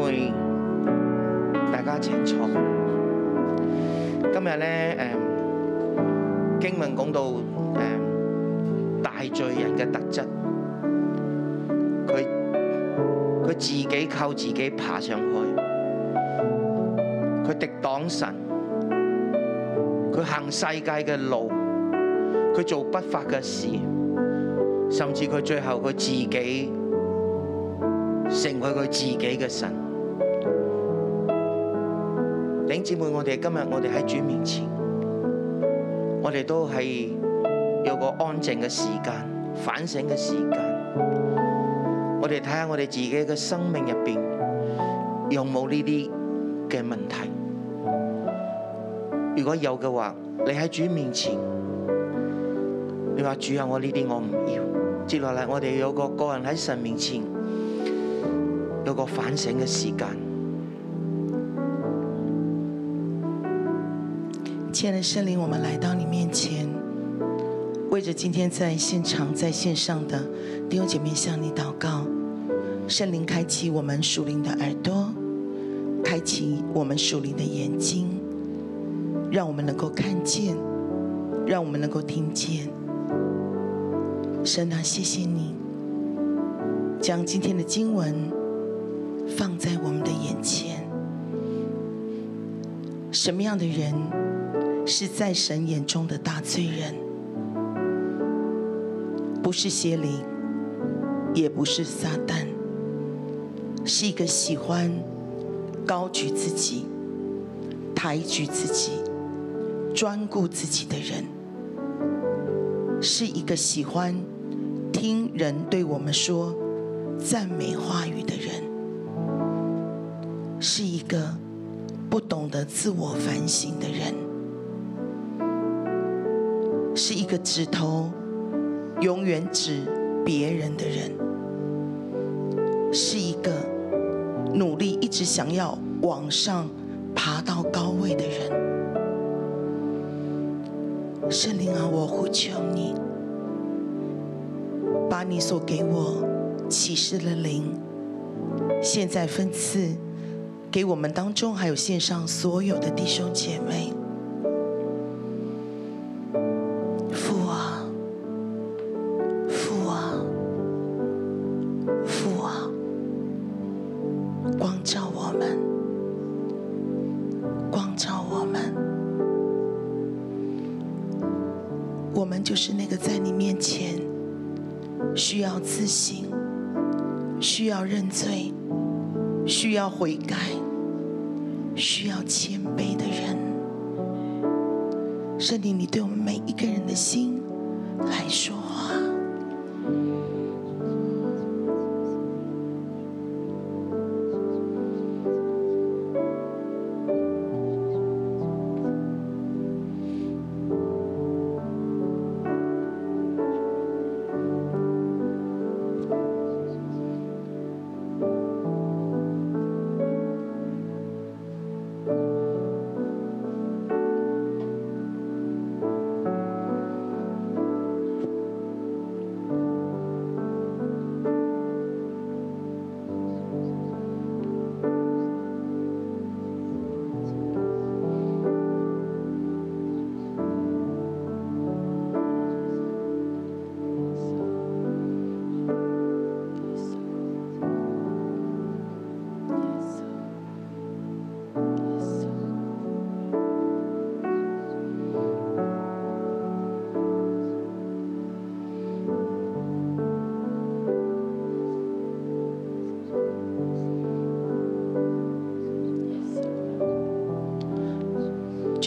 E: 大家請坐。今日咧誒經文講到誒、大罪人嘅特質，佢佢自己靠自己爬上去，佢敵擋神，佢行世界嘅路，佢做不法嘅事，甚至佢最後佢自己成為佢自己嘅神。弟兄姊妹，我哋今日我哋喺主面前，我哋都係有個安靜嘅時間、反省嘅時間。我哋睇下我哋自己嘅生命入邊有冇呢啲嘅問題。如果有嘅話，你喺主面前，你話主啊，我呢啲我唔要。接落嚟，我哋有個個人喺神面前有個反省嘅時間。
F: 亲爱的圣灵，我们来到你面前，为着今天在现场、在线上的弟兄姐妹向你祷告。圣灵开启我们属灵的耳朵，开启我们属灵的眼睛，让我们能够看见，让我们能够听见。神啊，谢谢你将今天的经文放在我们的眼前。什么样的人是在神眼中的大罪人？不是邪灵，也不是撒旦，是一个喜欢高举自己、抬举自己、专顾自己的人，是一个喜欢听人对我们说赞美话语的人，是一个。不懂得自我反省的人，是一个指头永远指别人的人，是一个努力一直想要往上爬到高位的人。圣灵啊，我呼求你，把你所给我启示的灵，现在分赐。给我们当中还有线上所有的弟兄姐妹。父啊，父啊，父啊，光照我们，光照我们，我们就是那个在你面前需要自省、需要认罪。需要悔改、需要谦卑的人。圣灵，你对我们每一个人的心来说话。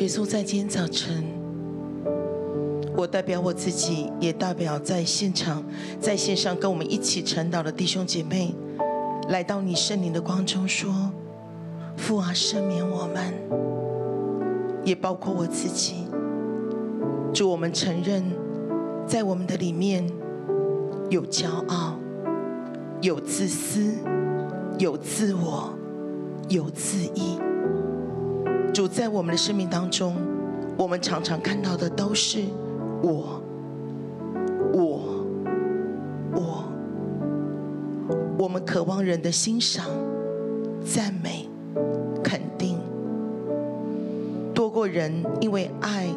F: 耶稣在今天早晨，我代表我自己，也代表在现场、在线上跟我们一起晨祷的弟兄姐妹，来到你圣灵的光中说：“父啊，赦免我们，也包括我自己。主，我们承认，在我们的里面有骄傲，有自私，有自我，有自义。主，在我们的生命当中，我们常常看到的都是我，我，我。我们渴望人的欣赏、赞美、肯定，多过人因为爱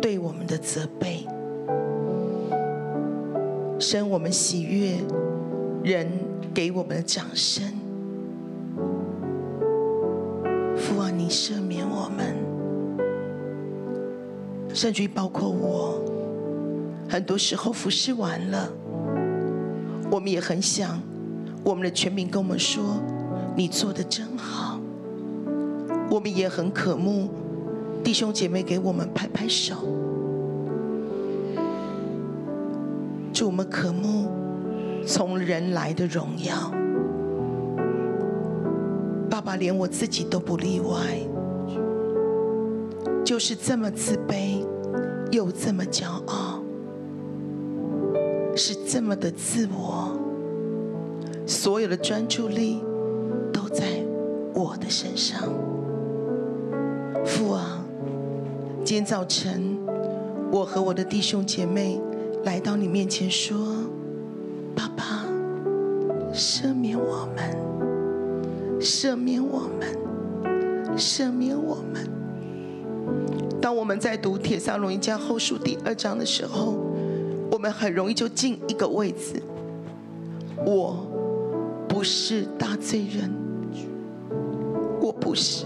F: 对我们的责备。生我们喜悦人给我们的掌声。父啊，你赦免我们，甚至于包括我。很多时候服侍完了，我们也很想我们的全民跟我们说：“你做的真好。”我们也很渴慕弟兄姐妹给我们拍拍手。主，我们渴慕从人来的荣耀。爸爸连我自己都不例外，就是这么自卑，又这么骄傲，是这么的自我，所有的专注力都在我的身上。父啊，今天早晨，我和我的弟兄姐妹来到你面前说：“爸爸，赦免我们。”赦免我们，赦免我们。当我们在读《铁撒罗尼迦后书》第二章的时候，我们很容易就进一个位置。我不是大罪人，我不是，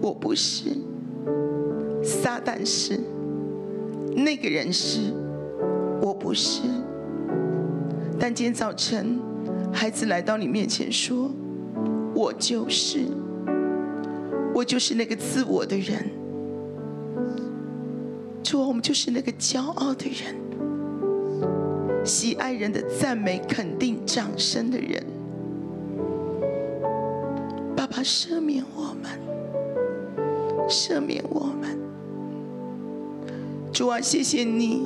F: 我不是，撒旦是，那个人是，我不是。但今天早晨，孩子来到你面前说。我就是，我就是那个自我的人。主啊，我们就是那个骄傲的人，喜爱人的赞美、肯定、掌声的人。爸爸，赦免我们，赦免我们。主啊，谢谢你。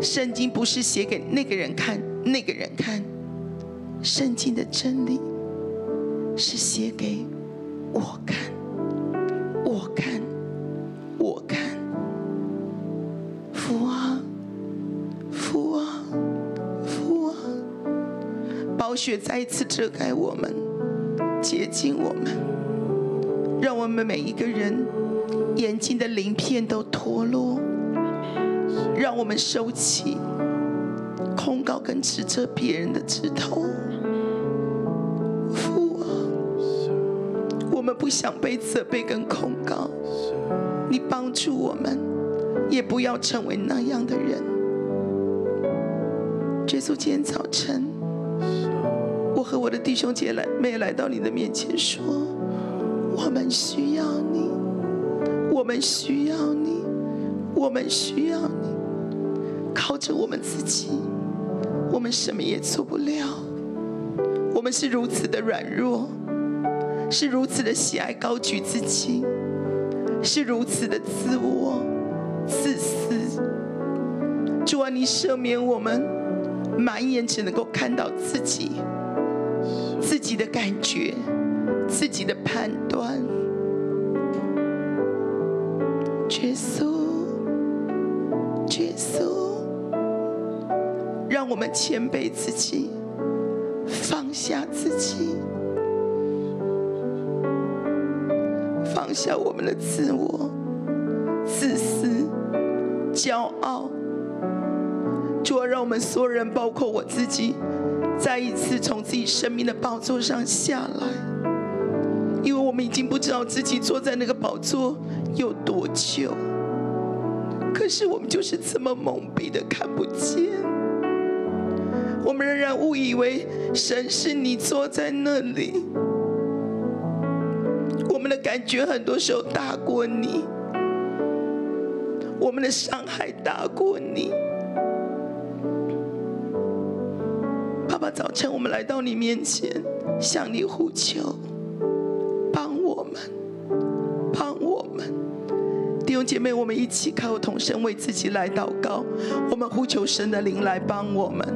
F: 圣经不是写给那个人看，那个人看。圣经的真理是写给我看，我看，我看。父啊，父啊，父啊！宝血再一次遮盖我们，洁净我们，让我们每一个人眼睛的鳞片都脱落，让我们收起控告跟指责别人的指头。父啊，我们不想被责备跟控告，你帮助我们，也不要成为那样的人。耶稣，今天早晨，我和我的弟兄姐妹来到你的面前说，我们需要你，我们需要你，我们需要你。靠着我们自己，我们什么也做不了。我们是如此的软弱，是如此的喜爱高举自己，是如此的自我、自私。主啊，你赦免我们，满眼只能够看到自己、自己的感觉、自己的判断。耶稣。耶稣，让我们谦卑自己，放下自己，放下我们的自我、自私、骄傲。主啊，让我们所有人，包括我自己，再一次从自己生命的宝座上下来，因为我们已经不知道自己坐在那个宝座有多久。可是我们就是这么蒙蔽的看不见，我们仍然误以为神是你坐在那里，我们的感觉很多时候大过你，我们的伤害大过你。爸爸，早晨我们来到你面前，向你呼求，帮我们，帮我们。弟兄姐妹，我们一起开口同声为自己来祷告，我们呼求神的灵来帮我们。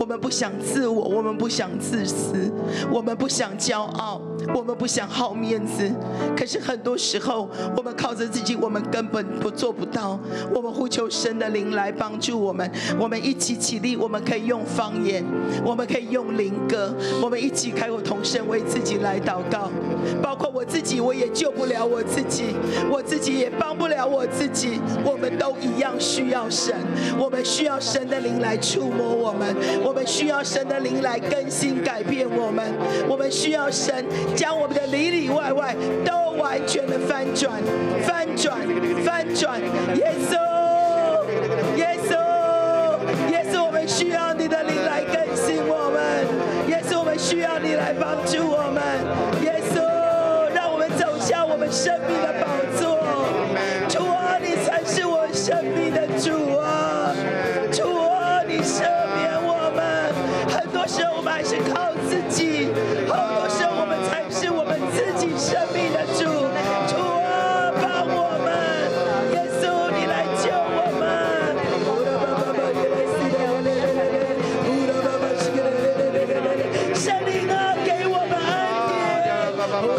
F: 我们不想自我，我们不想自私，我们不想骄傲，我们不想好面子。可是很多时候，我们靠着自己，我们根本不做不到。我们呼求神的灵来帮助我们，我们一起起立，我们可以用方言，我们可以用灵歌，我们一起开口同声为自己来祷告。包括我自己，我也救不了我自己，我自己也帮不了我自己。我们都一样需要神，我们需要神的灵来触摸我们，我们需要神的灵来更新改变我们，我们需要神将我们的里里外外都完全的翻转，翻转，翻转，耶稣，耶稣，耶稣，我们需要你的灵来更新我们，耶稣，我们需要你来帮助我们，耶稣，让我们走向我们生命的宝座，主啊，你才是我生命的主啊，主啊，你赦免我们，很多时候我们还是靠自己，很多时候我们才是我们自己生命的主，主啊，帮我们，耶稣，你来救我们，圣灵啊，给我们 Oh,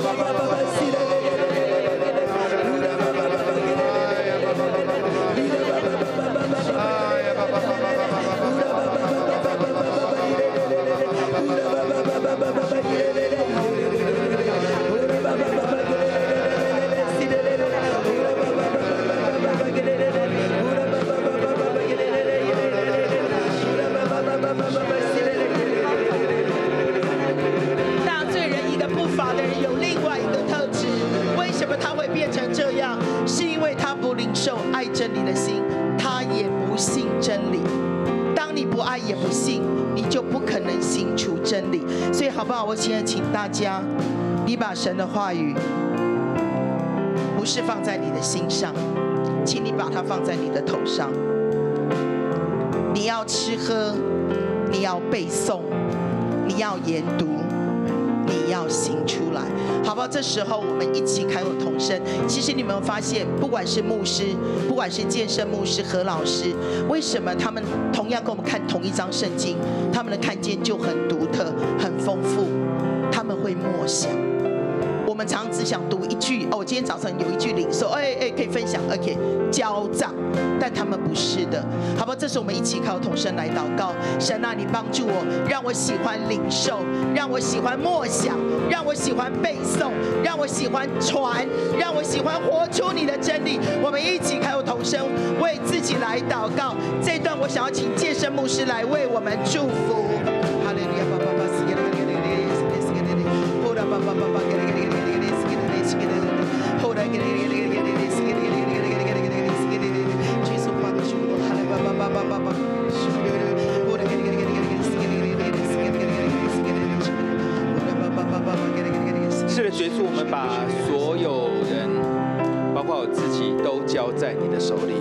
F: 大罪人一个不法的人有另外一个特质，为什么他会变成这样？是因为他不领受爱真理的心，他也不信真理。当你不爱也不信，你就不可能行出真理。所以好不好？我现在请大家，你把神的话语不是放在你的心上，请你把它放在你的头上。你要吃喝，你要背诵，你要研读，你要行出来，好不好？这时候我们一起开口同声。其实你们有发现，不管是牧师，不管是健身牧师何老师，为什么他们同样跟我们看同一张圣经，他们的看见就很独特、很丰富，他们会默想。我们常只想读一句哦，今天早上有一句领受，哎哎，可以分享，OK，交账，但他们不是的，好不好？这是我们一起靠同声来祷告，神啊，你帮助我，让我喜欢领受，让我喜欢默想，让我喜欢背诵，让我喜欢传，让我喜欢活出你的真理。我们一起开口同声为自己来祷告。这一段我想要请健身牧师来为我们祝福。哈利路亚，爸爸爸，是给你，给你，给你，是给你，给你。
B: 是的，耶稣，我们把所有人，包括我自己，都交在你的手里。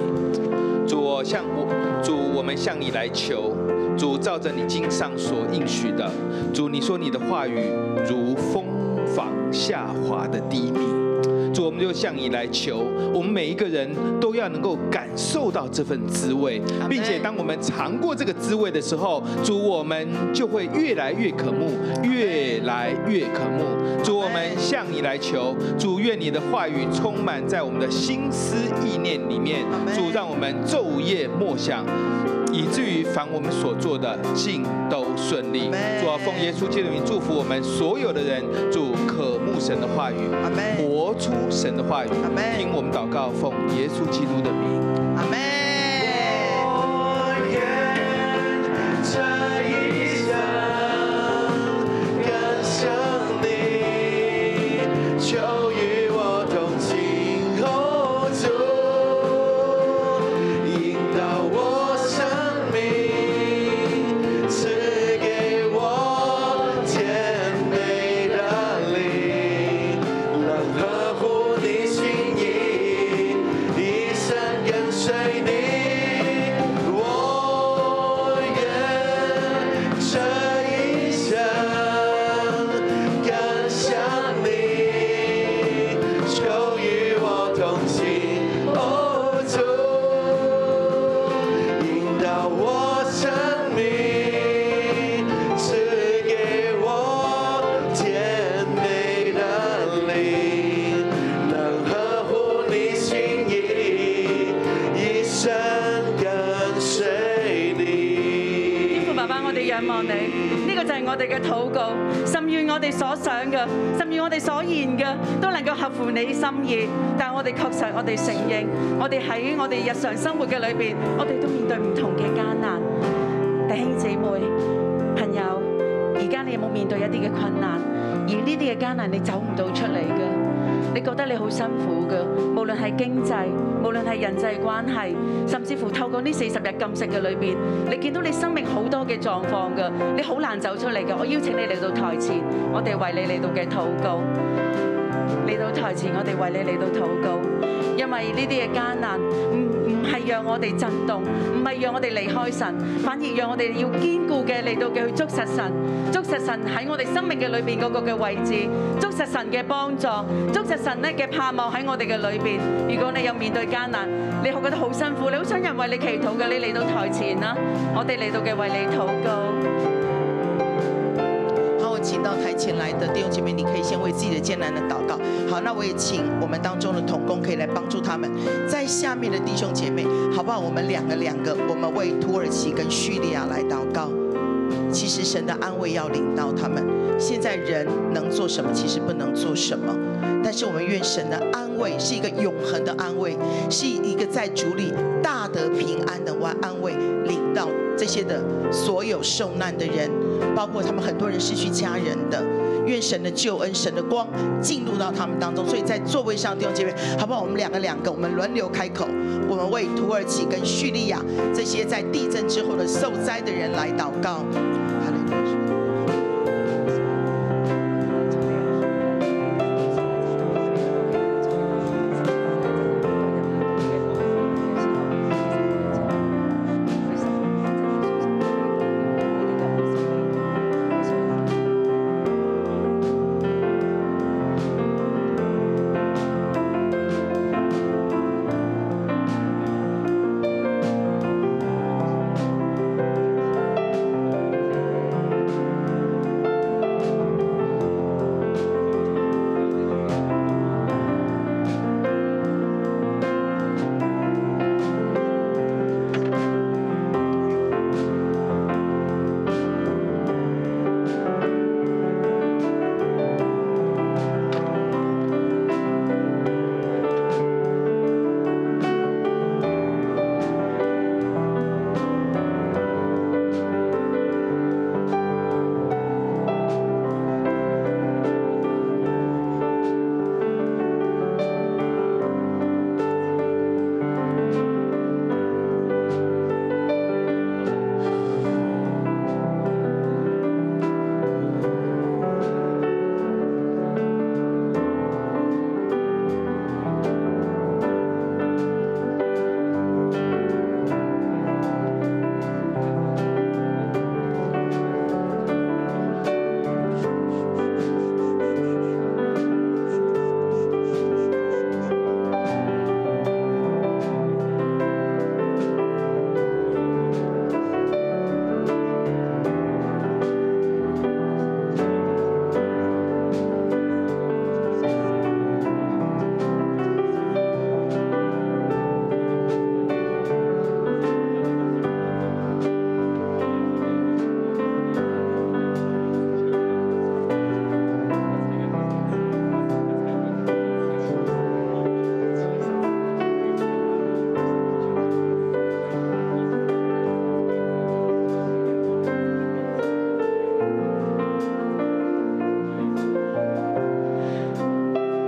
B: 主，我向我主，我们向你来求，主照着你经上所应许的，主你说你的话语如风仿下滑的低密，主我们就向你来求，我们每一个人都要能够感受到这份滋味，并且当我们尝过这个滋味的时候，主我们就会越来越渴慕，越来越渴慕。主我们向你来求，主愿你的话语充满在我们的心思意念里面，主让我们昼夜默想。以至于凡我们所做的尽都顺利。主啊，奉耶稣基督的名祝福我们所有的人。主渴慕神的话语，活出神的话语。听我们祷告，奉耶稣基督的名。
D: 求与我同行，哦主，引导我生命，赐给我甜美的灵，能呵护你心意，一生跟随随你，我愿这一生更想你，求与我同行，哦主，引导我生命，赐给我甜美的灵，能呵护你心意，一生跟随你。
G: 天父爸爸，我哋仰望你，呢、個就係我哋嘅禱告，甚願我哋所想嘅，甚願我哋所言嘅，都能夠合乎你心意。但我哋確實，我哋承認，我哋喺我哋日常生活嘅裏邊，我哋都面對唔同嘅艱難。弟兄姊妹、朋友，而家你有冇面對一啲嘅困難？而呢啲嘅艱難，你走唔到出嚟嘅。你覺得你好辛苦嘅，無論係經濟，無論係人際關係，甚至乎透過呢四十日禁食嘅裏邊，你見到你生命好多嘅狀況嘅，你好難走出嚟嘅。我邀請你嚟到台前，我哋為你嚟到嘅禱告，嚟到台前，我哋為你嚟到禱告，因為呢啲嘅艱難唔唔係讓我哋震動，唔係讓我哋離開神，反而讓我哋要堅固嘅嚟到嘅去捉實神，捉實神喺我哋生命嘅裏邊嗰個嘅位置，捉實神嘅幫助，捉實神咧嘅盼望喺我哋嘅裏邊。如果你有面對艱難，你覺得好辛苦，你好想有人為你祈禱嘅，你嚟到台前啦，我哋嚟到嘅為你禱告。
F: 好，我请到台前来的弟兄姐妹，你可以先为自己的艰难的祷告。好，那我也请我们当中的童工可以来帮助他们。在下面的弟兄姐妹，好不好？我们两个两个，我们为土耳其跟叙利亚来祷告。其实神的安慰要领到他们。现在人能做什么，其实不能做什么。但是我们愿神的安慰是一个永恒的安慰，是一个在主里大得平安的安安慰，领到这些的所有受难的人，包括他们很多人失去家人的。愿神的救恩、神的光进入到他们当中。所以在座位上弟兄姐妹，好不好？我们两个两个，我们轮流开口，我们为土耳其跟叙利亚这些在地震之后的受灾的人来祷告。哈利路亚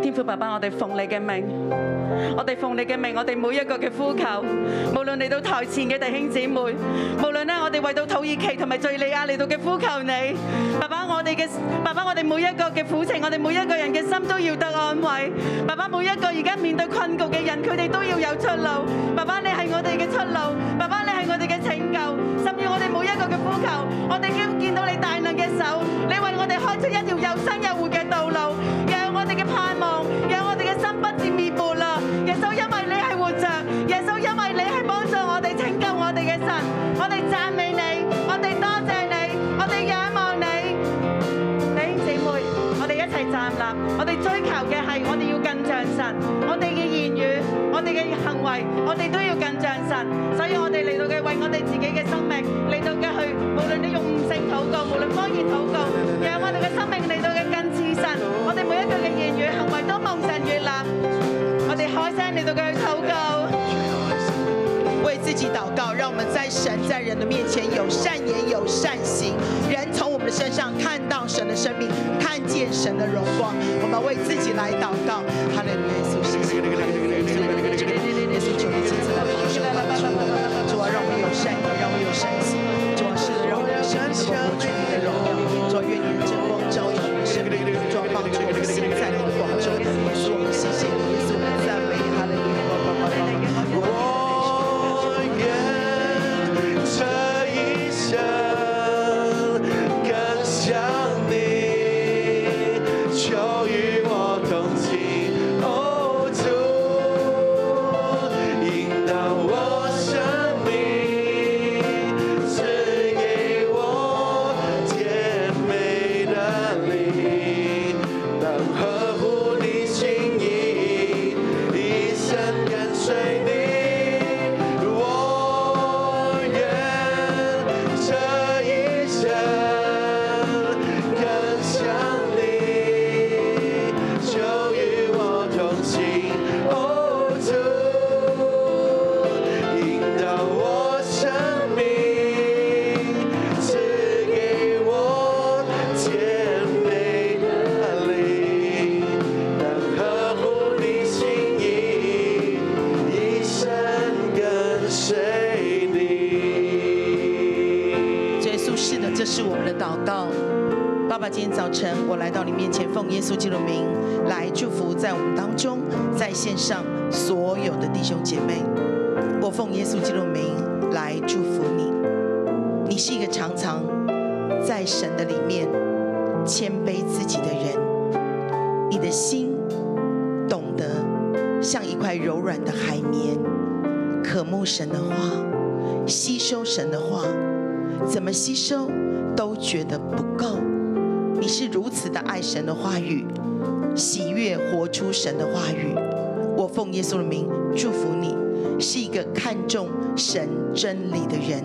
G: 天父爸爸，我哋奉你嘅命，我哋奉你嘅命，我哋每一個嘅呼求，無論嚟到台前嘅弟兄姊妹，無論咧我哋為到土耳其同埋敍利亞嚟到嘅呼求你，爸爸我哋嘅爸爸，我哋每一個嘅苦情，我哋每一個人嘅心都要得安慰，爸爸每一個而家面對困局嘅人，佢哋都要有出路，爸爸你係我哋哋見見到你大能嘅手，你為我哋開出一條又新又活嘅道路，讓我哋嘅盼望，讓我哋嘅心不至滅沒啦。耶穌，因為你係活着，耶穌，因為你係幫助我哋、拯救我哋嘅神，我哋讚美你，我哋多謝你，我哋仰望你。弟兄姊妹，我哋一齊站立，我哋追求嘅係我哋要更像神，我哋嘅言語，我哋嘅行為，我哋都要更像神。所以我哋嚟到嘅為我哋自己嘅生命嚟到嘅去，無論你用悟性禱告，無論方言禱告，讓我哋嘅生命嚟到嘅更似神。我哋每一句嘅言語行為都蒙神悅納。我哋開聲嚟到嘅去禱告。
E: 为自己祷告，让我们在神在人的面前有善言有善行，人从我们的身上看到神的生命，看见神的荣光。我们为自己来祷告，哈利路亚，耶稣，谢谢你，耶稣求你亲自来保守帮助我们，主啊，让我们有善言，让我们有善行，主啊，是让我们的生命能够活出你的荣耀，主啊，愿你的真光照耀我们的生命，主啊，帮助我们现在的光中，耶稣，我们谢谢你，耶稣，我们赞美你，哈利路亚，
D: 我愿这一生更像你，求与我同行。哦，主，引导我生命，赐给我甜美的灵，能呵护你心意，一生跟随你。我愿这一生更像你，就与我同行。哦，主，引导我生命，赐给我甜美的灵，能呵护你心意，一生跟随你。
E: 耶稣，是的，这是我们的祷告。爸爸，今天早晨我来到你面前，奉耶稣基督的名来祝福在我们当中，在线上所有的弟兄姐妹。我奉耶稣基督的名来祝福你。你是一个常常在神的里面谦卑自己的人，你的心懂得像一块柔软的海绵，渴慕神的话，吸收神的话。怎么吸收都觉得不够。你是如此的爱神的话语，喜悦活出神的话语。我奉耶稣的名祝福你，是一个看重神真理的人。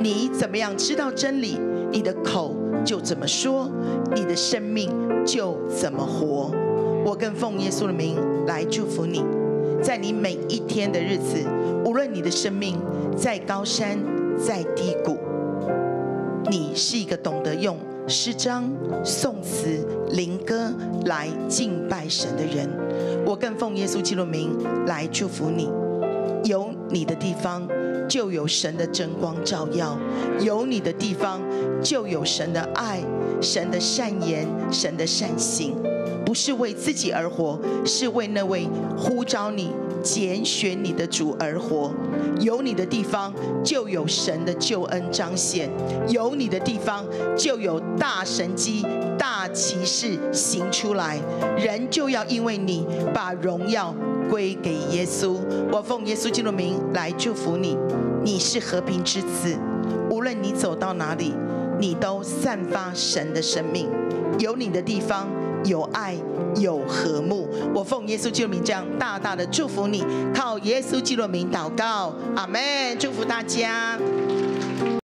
E: 你怎么样知道真理，你的口就怎么说，你的生命就怎么活。我更奉耶稣的名来祝福你。在你每一天的日子，无论你的生命在高山，在低谷，你是一个懂得用诗章、颂词、灵歌来敬拜神的人。我更奉耶稣基督的名来祝福你。有你的地方，就有神的真光照耀；有你的地方，就有神的爱、神的善言、神的善行。不是为自己而活，是为那位呼召你、拣选你的主而活。有你的地方，就有神的救恩彰显；有你的地方，就有大神机、大骑士行出来。人就要因为你把荣耀归给耶稣。我奉耶稣基督的名来祝福你，你是和平之子。无论你走到哪里，你都散发神的生命。有你的地方，有爱，有和睦。我奉耶稣基督的名，这样大大的祝福你。靠耶稣基督的名祷告，阿门。祝福大家，